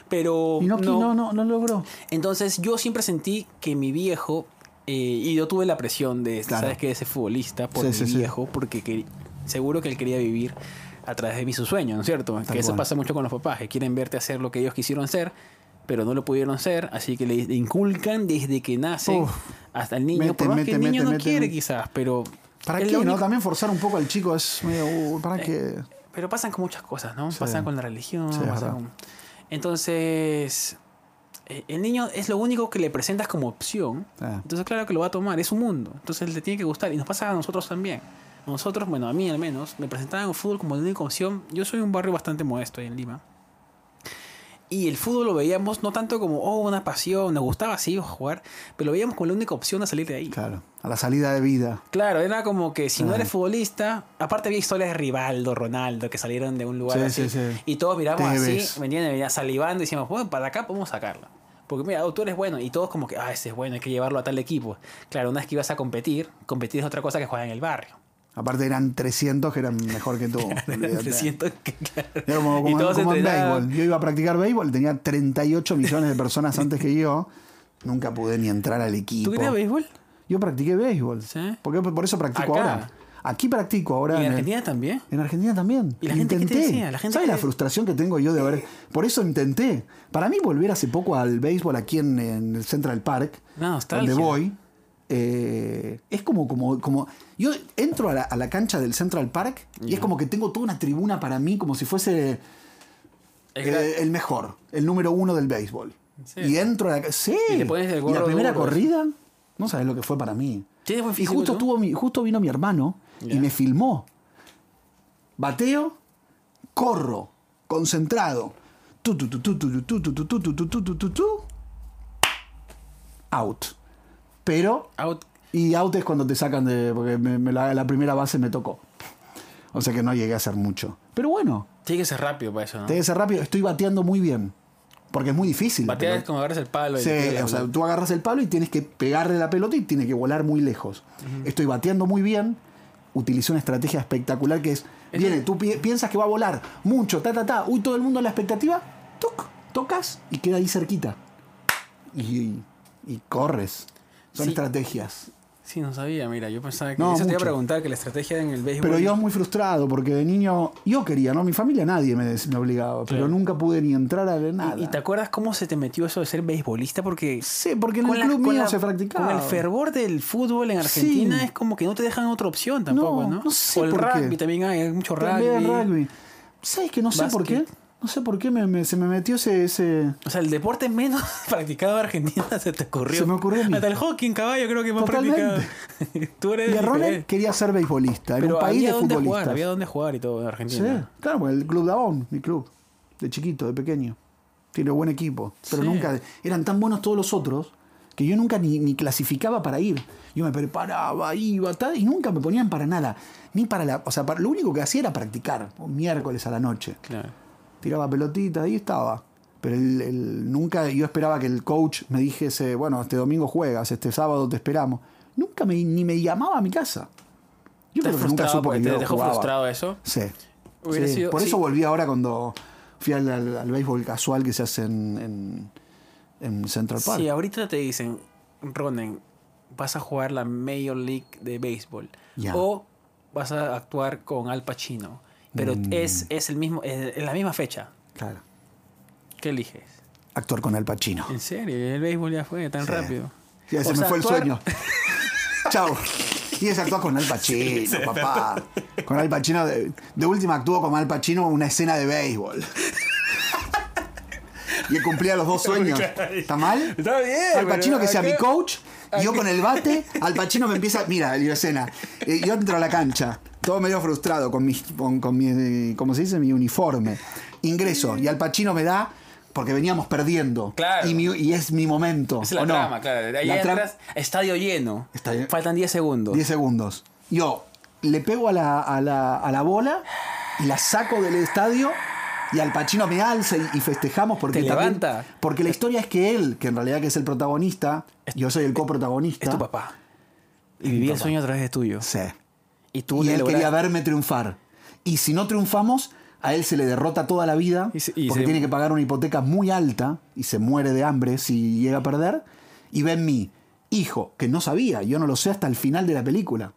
pero. Y no, no. no, no, no logró. Entonces, yo siempre sentí que mi viejo. eh, y yo tuve la presión de, Claro. ¿sabes qué? Ese futbolista por Sí, mi sí, sí. viejo, porque quer- seguro que él quería vivir a través de mí su sueño, ¿no es cierto? que eso cual. pasa mucho con los papás, que quieren verte hacer lo que ellos quisieron ser, pero no lo pudieron ser, así que le inculcan desde que nace Uf. hasta el niño, Mete, por más mete, que el niño mete, no mete, quiere mete. quizás, pero... ¿Para es qué? lo ¿No? único- También forzar un poco al chico es medio. uh, ¿Para qué? pero pasan con muchas cosas, ¿no? Sí. Pasan con la religión, Sí, es verdad. pasan con- Entonces, eh, el niño es lo único que le presentas como opción. Ah. Entonces, claro que lo va a tomar, es un mundo. Entonces, le tiene que gustar. Y nos pasa a nosotros también. A Nosotros, bueno, a mí al menos, me presentaban el fútbol como la única opción. Yo soy un barrio bastante modesto ahí en Lima. Y el fútbol lo veíamos no tanto como, oh, una pasión, nos gustaba así jugar, pero lo veíamos como la única opción a salir de ahí. Claro. A la salida de vida. Claro, era como que si no Ajá. eres futbolista, aparte había historias de Rivaldo, Ronaldo, que salieron de un lugar Sí, así, sí, sí. y todos miramos Tevez. así, ¿me entiendes? Mira, salivando y decíamos, bueno, para acá podemos sacarlo. Porque mira, oh, tú eres bueno, y todos como que, ah, ese es bueno, hay que llevarlo a tal equipo. Claro, una vez que ibas a competir, competir es otra cosa que jugar en el barrio. Aparte eran 300 que eran mejor que tú. olvídate. Me siento que, claro. Era como, y como- todos Ah. como en entrenaban. béisbol. Yo iba a practicar béisbol, tenía 38 millones de personas antes que yo. Nunca pude ni entrar al equipo. ¿Tú querías béisbol? Yo practiqué béisbol. Sí. Porque por eso practico Acá. ahora. Aquí practico ahora. ¿Y en el- Argentina también? en Argentina también. ¿Y la gente qué te intenté. decía? La gente ¿Sabes que- la frustración que tengo yo de haber.? Por eso intenté. Para mí, volver hace poco al béisbol aquí en, en el Central Park, Una nostalgia. donde voy, eh, es como, como, como. Yo entro a la, a la cancha del Central Park Mm. y es como que tengo toda una tribuna para mí, como si fuese. Es Eh, gra- el mejor, el número uno del béisbol. Sí. Y entro a la. Sí. Y te pones el gorro la primera duro. corrida, no sabes lo que fue para mí. ¿Tienes buen Y físico justo, tú? estuvo mi- justo vino mi hermano y Ya. me filmó. Bateo, corro, concentrado. Tu, tu, tu, tu, tu, tu, tu, tu, tu, tu, tu, tu, tu, tu, tu. Out. Pero Out. y out es cuando te sacan de. Porque me- me la, la primera base me tocó. O sea que no llegué a hacer mucho. Pero bueno, Tiene que ser rápido para eso, ¿no? te debe ser rápido. Estoy bateando muy bien. Porque es muy difícil. la Batear es pelota. como agarras el palo. y Sí, le pegas, o sea, ¿no? tú agarras el palo y tienes que pegarle la pelota y tiene que volar muy lejos. Estoy bateando muy bien. Utilicé una estrategia espectacular que es. Viene, tú pi- piensas que va a volar mucho, ta, ta, ta. Uy, todo el mundo en la expectativa. Toc, tocas y queda ahí cerquita. Y, y corres. Son Sí. estrategias. Sí, no sabía, mira, yo pensaba que No, eso te iba a mucho. preguntar que la estrategia en el béisbol. Pero yo muy frustrado porque de niño yo quería, ¿no? Mi familia nadie me, des- me obligaba, pero Claro. nunca pude ni entrar a nada. ¿Y te acuerdas cómo se te metió eso de ser beisbolista? Porque Sí, porque en con el la- club con mío la- se practicaba. Con el fervor del fútbol en Argentina Sí. es como que no te dejan otra opción tampoco, No, ¿no? no sé o el por qué. rugby también hay, hay mucho También rugby. rugby. ¿Sabes que no sé por qué? Básquet. No sé por qué me, me- se me metió ese. ese- O sea, el deporte menos practicado de Argentina se te ocurrió. Se me ocurrió a mí. Hasta el hockey en caballo creo que más Totalmente. practicado. Tú eres Y a Ronald diferente. quería ser beisbolista, en Pero un país había de dónde futbolistas. jugar, había dónde jugar y todo en Sí, Argentina. claro, porque el Club Davón, mi club, de chiquito, de pequeño. Tiene buen equipo, pero Sí. nunca. Eran tan buenos todos los otros que yo nunca ni, ni clasificaba para ir. Yo me preparaba, iba, tal, y nunca me ponían para nada. Ni para la. O sea, para- lo único que hacía era practicar, un miércoles a la noche. Claro. tiraba pelotita, ahí estaba. Pero el- el- nunca, yo esperaba que el coach me dijese, bueno, este domingo juegas, este sábado te esperamos. Nunca me, ni me llamaba a mi casa. Yo ¿Te creo que has nunca frustrado supo porque que te yo dejó jugaba. frustrado eso? Sí. Hubiera Sí, sido- por sí. eso volví ahora cuando fui al, al- al béisbol casual que se hace en, en- en Central Park. Si ahorita te dicen, Ronen, vas a jugar la Major League de béisbol Ya. o vas a actuar con Al Pacino, pero Mm. es, es el mismo, es, es la misma fecha, Claro. ¿qué eliges? Actuar con Al Pacino. En serio, el béisbol ya fue tan Sí. rápido. Ya, O se me sea, fue el actuar- sueño. Chao. Y es actuar con Al Pacino, papá. Con Al Pacino. De, de última actuó con Al Pacino una escena de béisbol. Y cumplía los dos sueños. ¿Está mal? Está bien, Al Pacino pero que sea acá- mi coach. Y yo con el bate. Al Pacino me empieza. Mira, la escena. Eh, Yo entro a la cancha. Todo medio frustrado con mi. Con, con mi eh, ¿Cómo se dice? Mi uniforme. Ingreso. Y Al Pacino me da. Porque veníamos perdiendo. Claro. Y, mi- y es mi momento. Esa es la ¿o no? trama, claro. Ahí La tra- entras, estadio lleno. Está bien. Faltan 10 segundos. 10 segundos. Yo le pego a la, a la- a la bola y la saco del estadio y Al Pachino me alza y, y festejamos porque Te también- levanta. Porque la historia es que él, que en realidad que es el protagonista, yo soy el coprotagonista. Es tu papá. Y viví el sueño a través de tuyo. Sí. Y tú y le él lograste- quería verme triunfar. Y si no triunfamos, a él se le derrota toda la vida Y se- y porque se- tiene que pagar una hipoteca muy alta y se muere de hambre si llega a perder. Y ve en mí, hijo, que no sabía, yo no lo sé hasta el final de la película.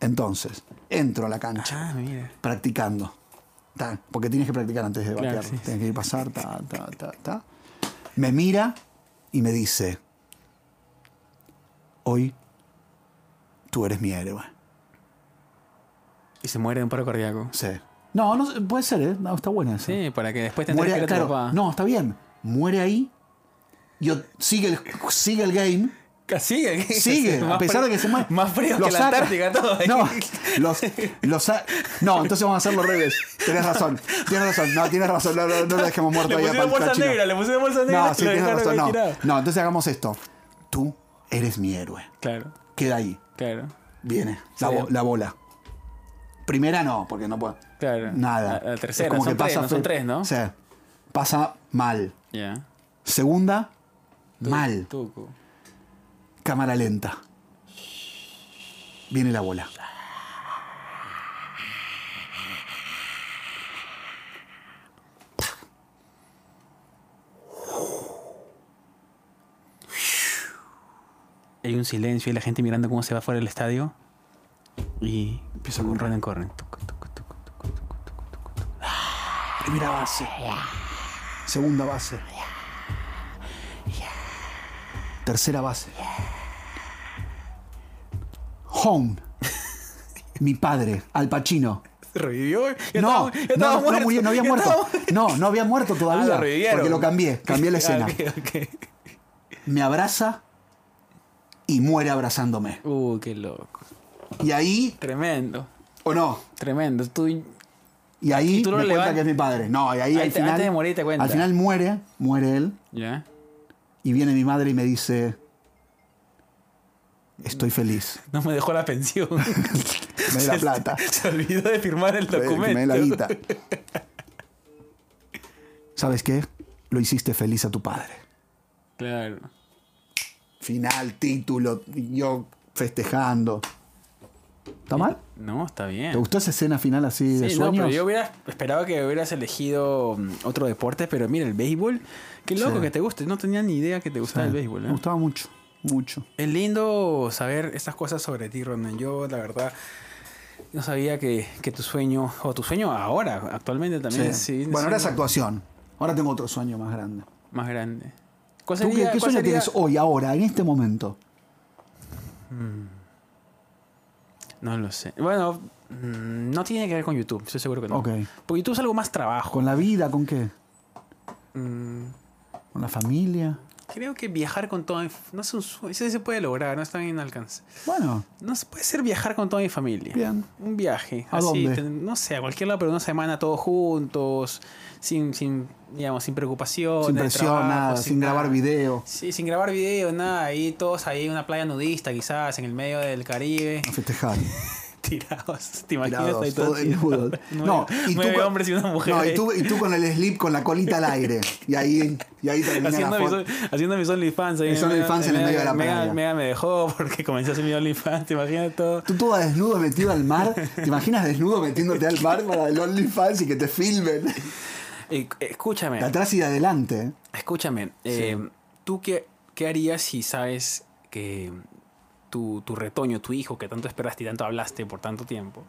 Entonces, entro a la cancha Ah, mira. practicando. Ta, porque tienes que practicar antes de Claro, batear. sí, tienes que ir pasar, ta, ta, ta, ta. Me mira y me dice: Hoy tú eres mi héroe. Y se muere de un paro cardíaco. Sí. No, no sé, puede ser, ¿eh? No, está buena esa. Sí, para que después te Muere, enteres que era claro, tu papá. No, está bien. Muere ahí. Yo, sigue, el, sigue el game. Sigue, Sigue, a pesar de que se muere. Más frío Lo que la saca. Antártica, todo. ahí. No, los, los sa- no, entonces vamos a hacerlo al revés. Tienes razón. Tienes razón. No, tienes razón. No, no, no lo dejemos muerto Le ahí a pusieron bolsa Pachino. negra, le pusieron bolsa negra. No, sí, y lo tienes dejaron razón. ahí No. tirado. no, entonces hagamos esto. Tú eres mi héroe. Claro, Queda ahí. claro, Viene. La, Sí. bo- la bola. Primera no, porque no puedo. claro. Nada. La, la Es tercera, como son, que tres, pasa ¿no? son fe- tres, ¿no? O sea, pasa mal. Ya. Segunda, Tú- mal. Tuco. Cámara lenta. Viene la bola. Hay un silencio y la gente mirando cómo se va fuera del estadio. Y Empieza a correr. Ronan corren. Tuco, tuco, tuco, tuco, tuco, tuco, tuco, tuco. Primera base. Segunda base. Tercera base. Home. Mi padre, Al Pacino. Revivió. Ya No, estaba- ya estaba no, no, muerto, murió, no había ya muerto. estaba- No, no había muerto Ah, lo todavía. revivieron. porque lo cambié, cambié la escena. Ah, ok, ok. Me abraza y muere abrazándome. Uh, qué loco. Y ahí, Tremendo. o no, Tremendo. Tú y ahí Y tú lo me cuenta levant- que es mi padre. No, y ahí, Ahí al te- final. antes de morir te cuenta. Al final muere, muere él. ¿Ya? Y viene mi madre y me dice: Estoy feliz. No me dejó la pensión. Me da la plata. Se olvidó de firmar el Que documento. me dé la guita. ¿Sabes qué? Lo hiciste feliz a tu padre. Claro. Final, título, yo festejando. ¿Está mal? No, está bien. ¿Te gustó esa escena final así de Sí, no, sueños? pero yo hubiera esperado que hubieras elegido mm, otro deporte, pero mira, el béisbol. Qué loco Sí. que te guste. No tenía ni idea que te Sí, gustaba el béisbol. ¿eh? Me gustaba mucho, mucho. Es lindo saber estas cosas sobre ti, Ronan. Yo, la verdad, no sabía que, que tu sueño, o tu sueño ahora, actualmente también, Sí. sí, Bueno, ahora es siendo actuación. Ahora tengo otro sueño más grande. más grande. ¿Cuál ¿Tú qué, sería- qué cuál sueño sería- tienes hoy, ahora, en este momento? No lo sé. Bueno, mm, no tiene que ver con YouTube, estoy seguro que no. Ok. Porque YouTube es algo más trabajo. ¿Con la vida? ¿Con qué? Mm, ¿Con la familia? creo que viajar con toda mi... f- No es un sueño, eso se puede lograr, no está bien alcance. Bueno, No se puede ser viajar con toda mi familia. Bien. Un viaje. ¿A dónde? ten- no sé, a cualquier lado, pero una semana todos juntos, sin, sin digamos, sin preocupación. sin presión, nada, sin, grabar video. Sí, sin grabar video, nada. Ahí todos ahí, una playa nudista quizás, en el medio del Caribe. A festejar. tirados. ¿Te imaginas Tirados, ahí todos todo tirados? desnudos. Nueve- No, y tú nueve con- hombres y una mujer. No, ahí, y tú, y tú con el slip con la colita al aire. Y ahí, y ahí termina la Haciendo mis, foto. haciendo mis OnlyFans. ahí Mis en Mega- OnlyFans en el Mega- medio de la Mega- playa. Mega me dejó porque comencé a hacer mi OnlyFans. ¿Te imaginas todo? Tú todo desnudo metido al mar. ¿Te imaginas desnudo metiéndote al mar para el OnlyFans y que te filmen? Eh, escúchame. De atrás y de adelante. Escúchame, eh, ¿tú qué, qué harías si sabes que tu, tu retoño, tu hijo, que tanto esperaste y tanto hablaste por tanto tiempo,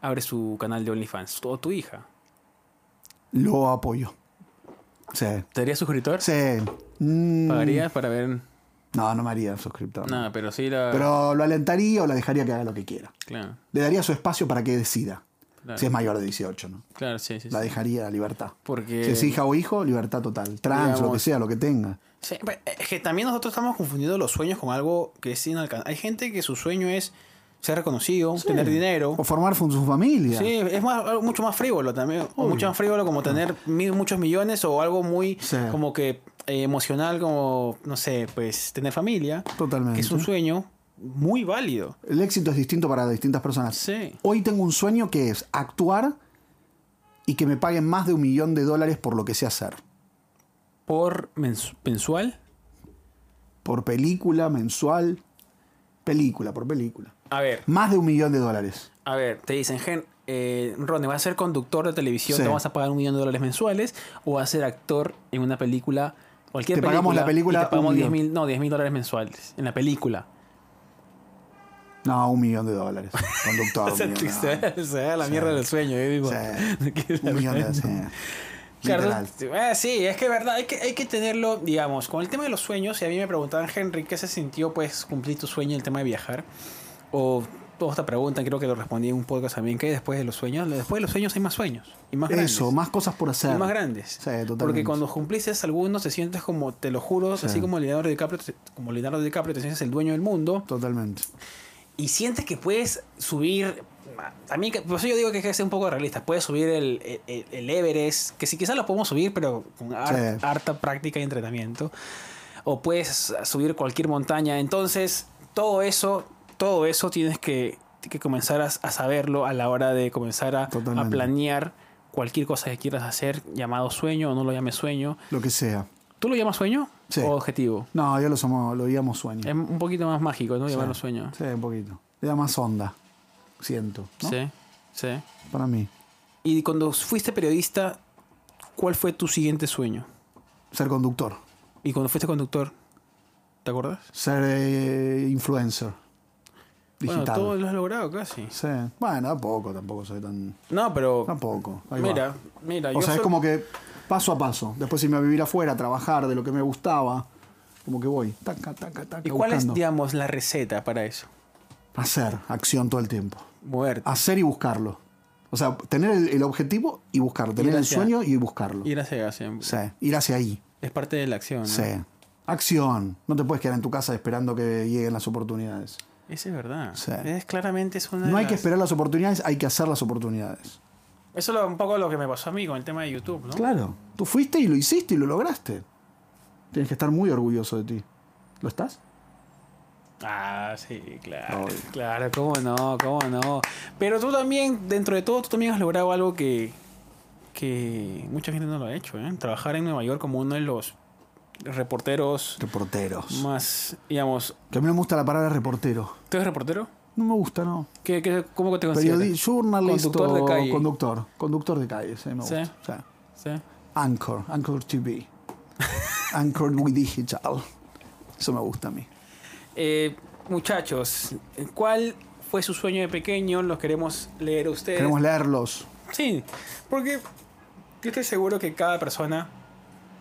abre su canal de OnlyFans? ¿O tu hija? Lo apoyo. Sí. ¿Te harías suscriptor? Sí. Mm, ¿Pagarías para ver? No, no me haría suscriptor. Nada, pero sí la... Pero lo alentaría o la dejaría que haga lo que quiera. Claro, Le daría su espacio para que decida. Claro. Si es mayor de 18, ¿no? claro, sí, sí. sí. La dejaría a libertad. Porque... Si es hija o hijo, libertad total. Trans, lo que Digamos- sea, lo que tenga. Sí, pues, es que también nosotros estamos confundiendo los sueños con algo que es inalcanzable. Hay gente que su sueño es ser reconocido, tener dinero. O formar con su familia. Sí, es más, algo mucho más frívolo también. O mucho más frívolo como tener mil- muchos millones o algo muy Sí. como que eh, emocional, como, no sé, pues tener familia. Totalmente. Que es un sueño muy válido. El éxito es distinto para distintas personas. Sí. Hoy tengo un sueño que es actuar y que me paguen más de un millón de dólares por lo que sé hacer. Por mens- mensual. Por película, mensual, película, por película. A ver, Más de un millón de dólares. a ver, te dicen, Gen, eh, Ronnie, vas a ser conductor de televisión, Sí. te vas a pagar un millón de dólares mensuales, o vas a ser actor en una película, cualquier Te pagamos la película y te pagamos un 10 millón. mil, no, 10 mil dólares mensuales en la película. No, un millón de dólares. Conductor. O un sea, millón de se, dólares. da- se da la mierda del sueño, yo digo. Sí. ¿eh? ¿qué es la Un millón de mierda? dólares. sí. Claro, Literal. eh, sí, es que es verdad, hay que, hay que tenerlo, digamos, con el tema de los sueños, si a mí me preguntaban, Henry, ¿qué se sintió pues cumplir tu sueño en el tema de viajar? O todos te preguntan, creo que lo respondí en un podcast también, ¿qué hay después de los sueños? Después de los sueños hay más sueños y más grandes. Eso, más cosas por hacer. y más grandes. totalmente. Porque cuando cumpliste algunos te sientes como, te lo juro, así como Leonardo DiCaprio, te- como Leonardo DiCaprio te sientes el dueño del mundo Totalmente. y sientes que puedes subir. También, que- por eso yo digo que hay que ser un poco realista. Puedes subir el, el, el Everest, que sí, quizás lo podemos subir, pero con har- Sí. harta práctica y entrenamiento. O puedes subir cualquier montaña. Entonces, todo eso, todo eso tienes que, que comenzar a, a saberlo a la hora de comenzar a, a Totalmente. planear cualquier cosa que quieras hacer, llamado sueño o no lo llames sueño. Lo que sea. ¿Tú lo llamas sueño Sí. o objetivo? No, ya lo, somos, lo digamos sueño. Es un poquito más mágico, ¿no? Llamarlo Sí. sueño. Sí, un poquito. Le da más onda. Siento. ¿no? Sí, sí. Para mí. Y cuando fuiste periodista, ¿cuál fue tu siguiente sueño? Ser conductor. Y cuando fuiste conductor, ¿te acuerdas? Ser eh, influencer. Digital. Bueno, todo lo has logrado casi. Sí. Bueno, tampoco, tampoco soy tan. No, pero. Tampoco. pues, Ahí va. Mira, mira, O sea, es soy- como que paso a paso. Después irme a vivir afuera, a trabajar de lo que me gustaba. Como que voy. Taca, taca, taca. ¿Y cuál es, buscando. digamos, la receta para eso? Hacer acción todo el tiempo. Moverte. Hacer y buscarlo. O sea, tener el, el objetivo y buscarlo. Tener el hacia- sueño y buscarlo. Ir hacia allá siempre. Sí. Ir hacia ahí. Es parte de la acción. ¿no? Sí. Acción. No te puedes quedar en tu casa esperando que lleguen las oportunidades. Eso es verdad. Sí. Es, claramente es una. de No hay que las- esperar las oportunidades, hay que hacer las oportunidades. Eso es lo- un poco lo que me pasó a mí con el tema de YouTube, ¿no? Claro. Tú fuiste y lo hiciste y lo lograste. Tienes que estar muy orgulloso de ti. ¿Lo estás? Ah, sí, claro. Obvio. Claro, cómo no, cómo no. Pero tú también, dentro de todo, tú también has logrado algo que, que mucha gente no lo ha hecho, ¿eh? Trabajar en Nueva York como uno de los reporteros Reporteros. más, digamos... Que a mí no me gusta la palabra reportero. ¿Tú eres reportero? No me gusta, no. ¿Qué, qué, cómo te Periodi- consideras? Journalist Conductor de o calle. conductor. Conductor de calle, sí, me gusta. Sí. O sea, Sí. Anchor, Anchor TV. Anchor with Digital. Eso me gusta a mí. Eh, muchachos, ¿cuál fue su sueño de pequeño? Los queremos leer a ustedes. Queremos leerlos. Sí, porque yo estoy seguro que cada persona...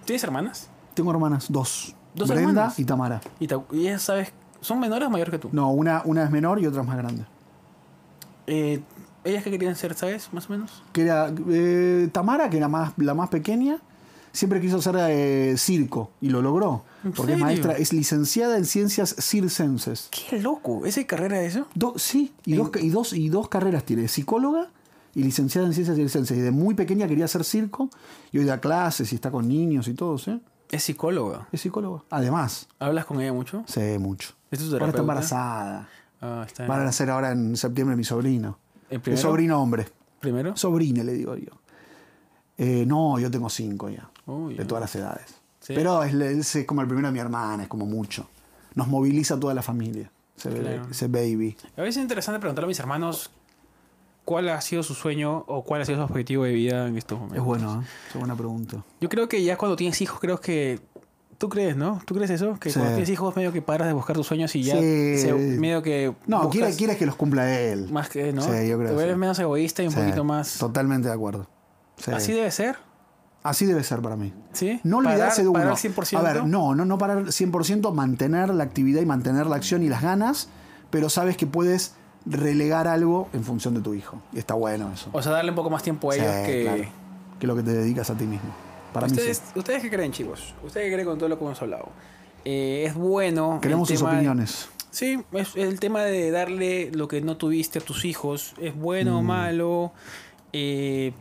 ¿Tienes hermanas? Tengo hermanas, dos. Dos Brenda hermanas. y Tamara. Y, te- y ellas, ¿sabes? ¿Son menores o mayor que tú? No, una, una es menor y otra es más grande. Eh, ¿Ellas qué querían ser, sabes? Más o menos. Que era eh, Tamara, que era más, la más pequeña, siempre quiso hacer eh, circo y lo logró. ¿En Porque es serio? maestra, es licenciada en ciencias circenses. ¡Qué loco! ¿Esa carrera de eso? Do- sí, y dos, y, dos, y dos carreras tiene, psicóloga y licenciada en ciencias circenses. Y de muy pequeña quería hacer circo y hoy da clases y está con niños y todo, ¿sí? Es psicóloga. Es psicóloga. Además, ¿Hablas con ella mucho? sé mucho. ¿Es tu Ahora está terapeuta? embarazada. Ah, está Van a bien. nacer ahora en septiembre mi sobrino. ¿El Mi primero? sobrino hombre. ¿Primero? Sobrine, le digo yo. Eh, no, yo tengo cinco ya. Uy, de ya. todas las edades. Sí. Pero es, es- es como el primero de mi hermana, es como mucho. Nos moviliza a toda la familia. Ese, bebé- Claro. ese baby. A veces es interesante preguntarle a mis hermanos cuál ha sido su sueño o cuál ha sido su objetivo de vida en estos momentos. Es bueno, ¿eh? es buena pregunta. Yo creo que ya cuando tienes hijos, creo que. ¿Tú crees, no? ¿Tú crees eso? Que Sí. cuando tienes hijos, medio que paras de buscar tus sueños y ya. Sí. se- medio que. No, buscas quiere- quieres que los cumpla él. Más que, ¿no? Sí, yo creo Te que vuelves sí. menos egoísta y un Sí, poquito más. Totalmente de acuerdo. Sí. Así Así, debe ser, debe ser para mí. ¿sí? No olvidarse de uno. Parar 100%. A ver, no, no, no parar 100%, mantener la actividad y mantener la acción y las ganas, pero sabes que puedes relegar algo en función de tu hijo. Y está bueno eso. O sea, darle un poco más tiempo a ellos Sí, que. claro, que lo que te dedicas a ti mismo. Para mí sí. ¿Ustedes, ¿Ustedes qué creen, chicos? ¿Ustedes qué creen con todo lo que hemos hablado? Eh, es bueno. el Queremos sus tema- opiniones. Sí, es el tema de darle lo que no tuviste a tus hijos. ¿Es bueno Mm. o malo? Eh,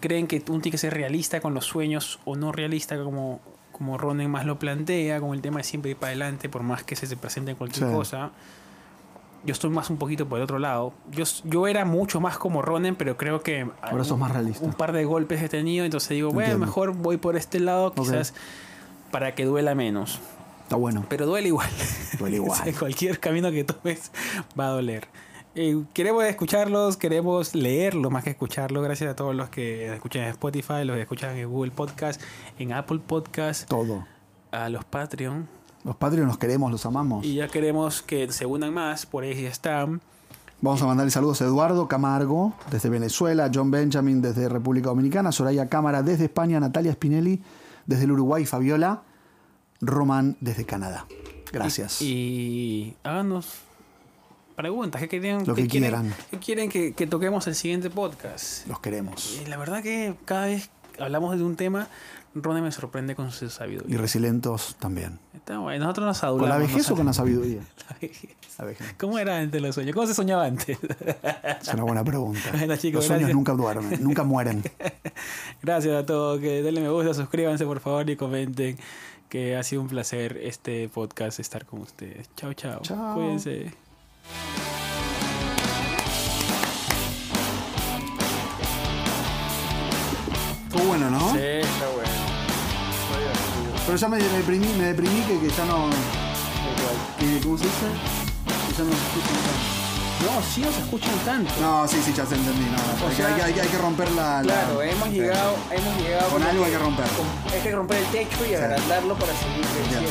¿Creen que uno tiene que ser realista con los sueños o no realista como, como Ronen más lo plantea? Con el tema de siempre ir para adelante por más que se te presente cualquier Sí. cosa. Yo estoy más un poquito por el otro lado. Yo, s- yo era mucho más como Ronen, pero creo que... Ahora sos más realista. Un par de golpes he tenido, entonces digo, Te bueno, entiendo. mejor voy por este lado quizás para que duela menos. Está bueno. Pero duele igual. Duele igual. O sea, cualquier camino que tomes va a doler. Eh, queremos escucharlos, queremos leerlos más que escucharlos. Gracias a todos los que escuchan en Spotify, los que escuchan en Google Podcast, en Apple Podcast, Todo. a los Patreon. Los patrios nos queremos, los amamos. Y ya queremos que se unan más, por ahí ya están. Vamos a mandarle saludos a Eduardo Camargo desde Venezuela, John Benjamin desde República Dominicana, Soraya Cámara desde España, Natalia Spinelli desde el Uruguay, Fabiola Román desde Canadá. Gracias. Y háganos preguntas. ¿Qué querían? Lo que qué quieren- quieran. qué quieren que, que toquemos el siguiente podcast? los queremos. Y la verdad que cada vez hablamos de un tema, Ronnie me sorprende con su sabiduría. Y resilientos también. Está bueno, nosotros nos ¿Con adulamos. la vejez o con la sabiduría? la vejez? La vejez. ¿Cómo era antes los sueños? ¿Cómo se soñaba antes? Es una buena pregunta. Bueno, chicos, los sueños gracias. nunca duermen, nunca mueren. Gracias a todos, que denle me gusta, suscríbanse por favor y comenten que ha sido un placer este podcast estar con ustedes. Chao, chao. Chao. Cuídense. Estuvo bueno, ¿no? Sí, está bueno. Pero ya me deprimí, me deprimí que, que ya no. que- ¿Cómo se dice? Que ya no se escuchan tanto. No, sí nos escuchan tanto. No, sí, sí, ya se entendí. No, no, porque sea, hay, que- hay que- hay que romper la. la- Claro, hemos Sí. llegado, hemos llegado Con algo hay que romper. con- hay que romper el techo y agrandarlo para seguir creciendo.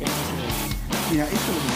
Ese es el- Mira, esto es lo que me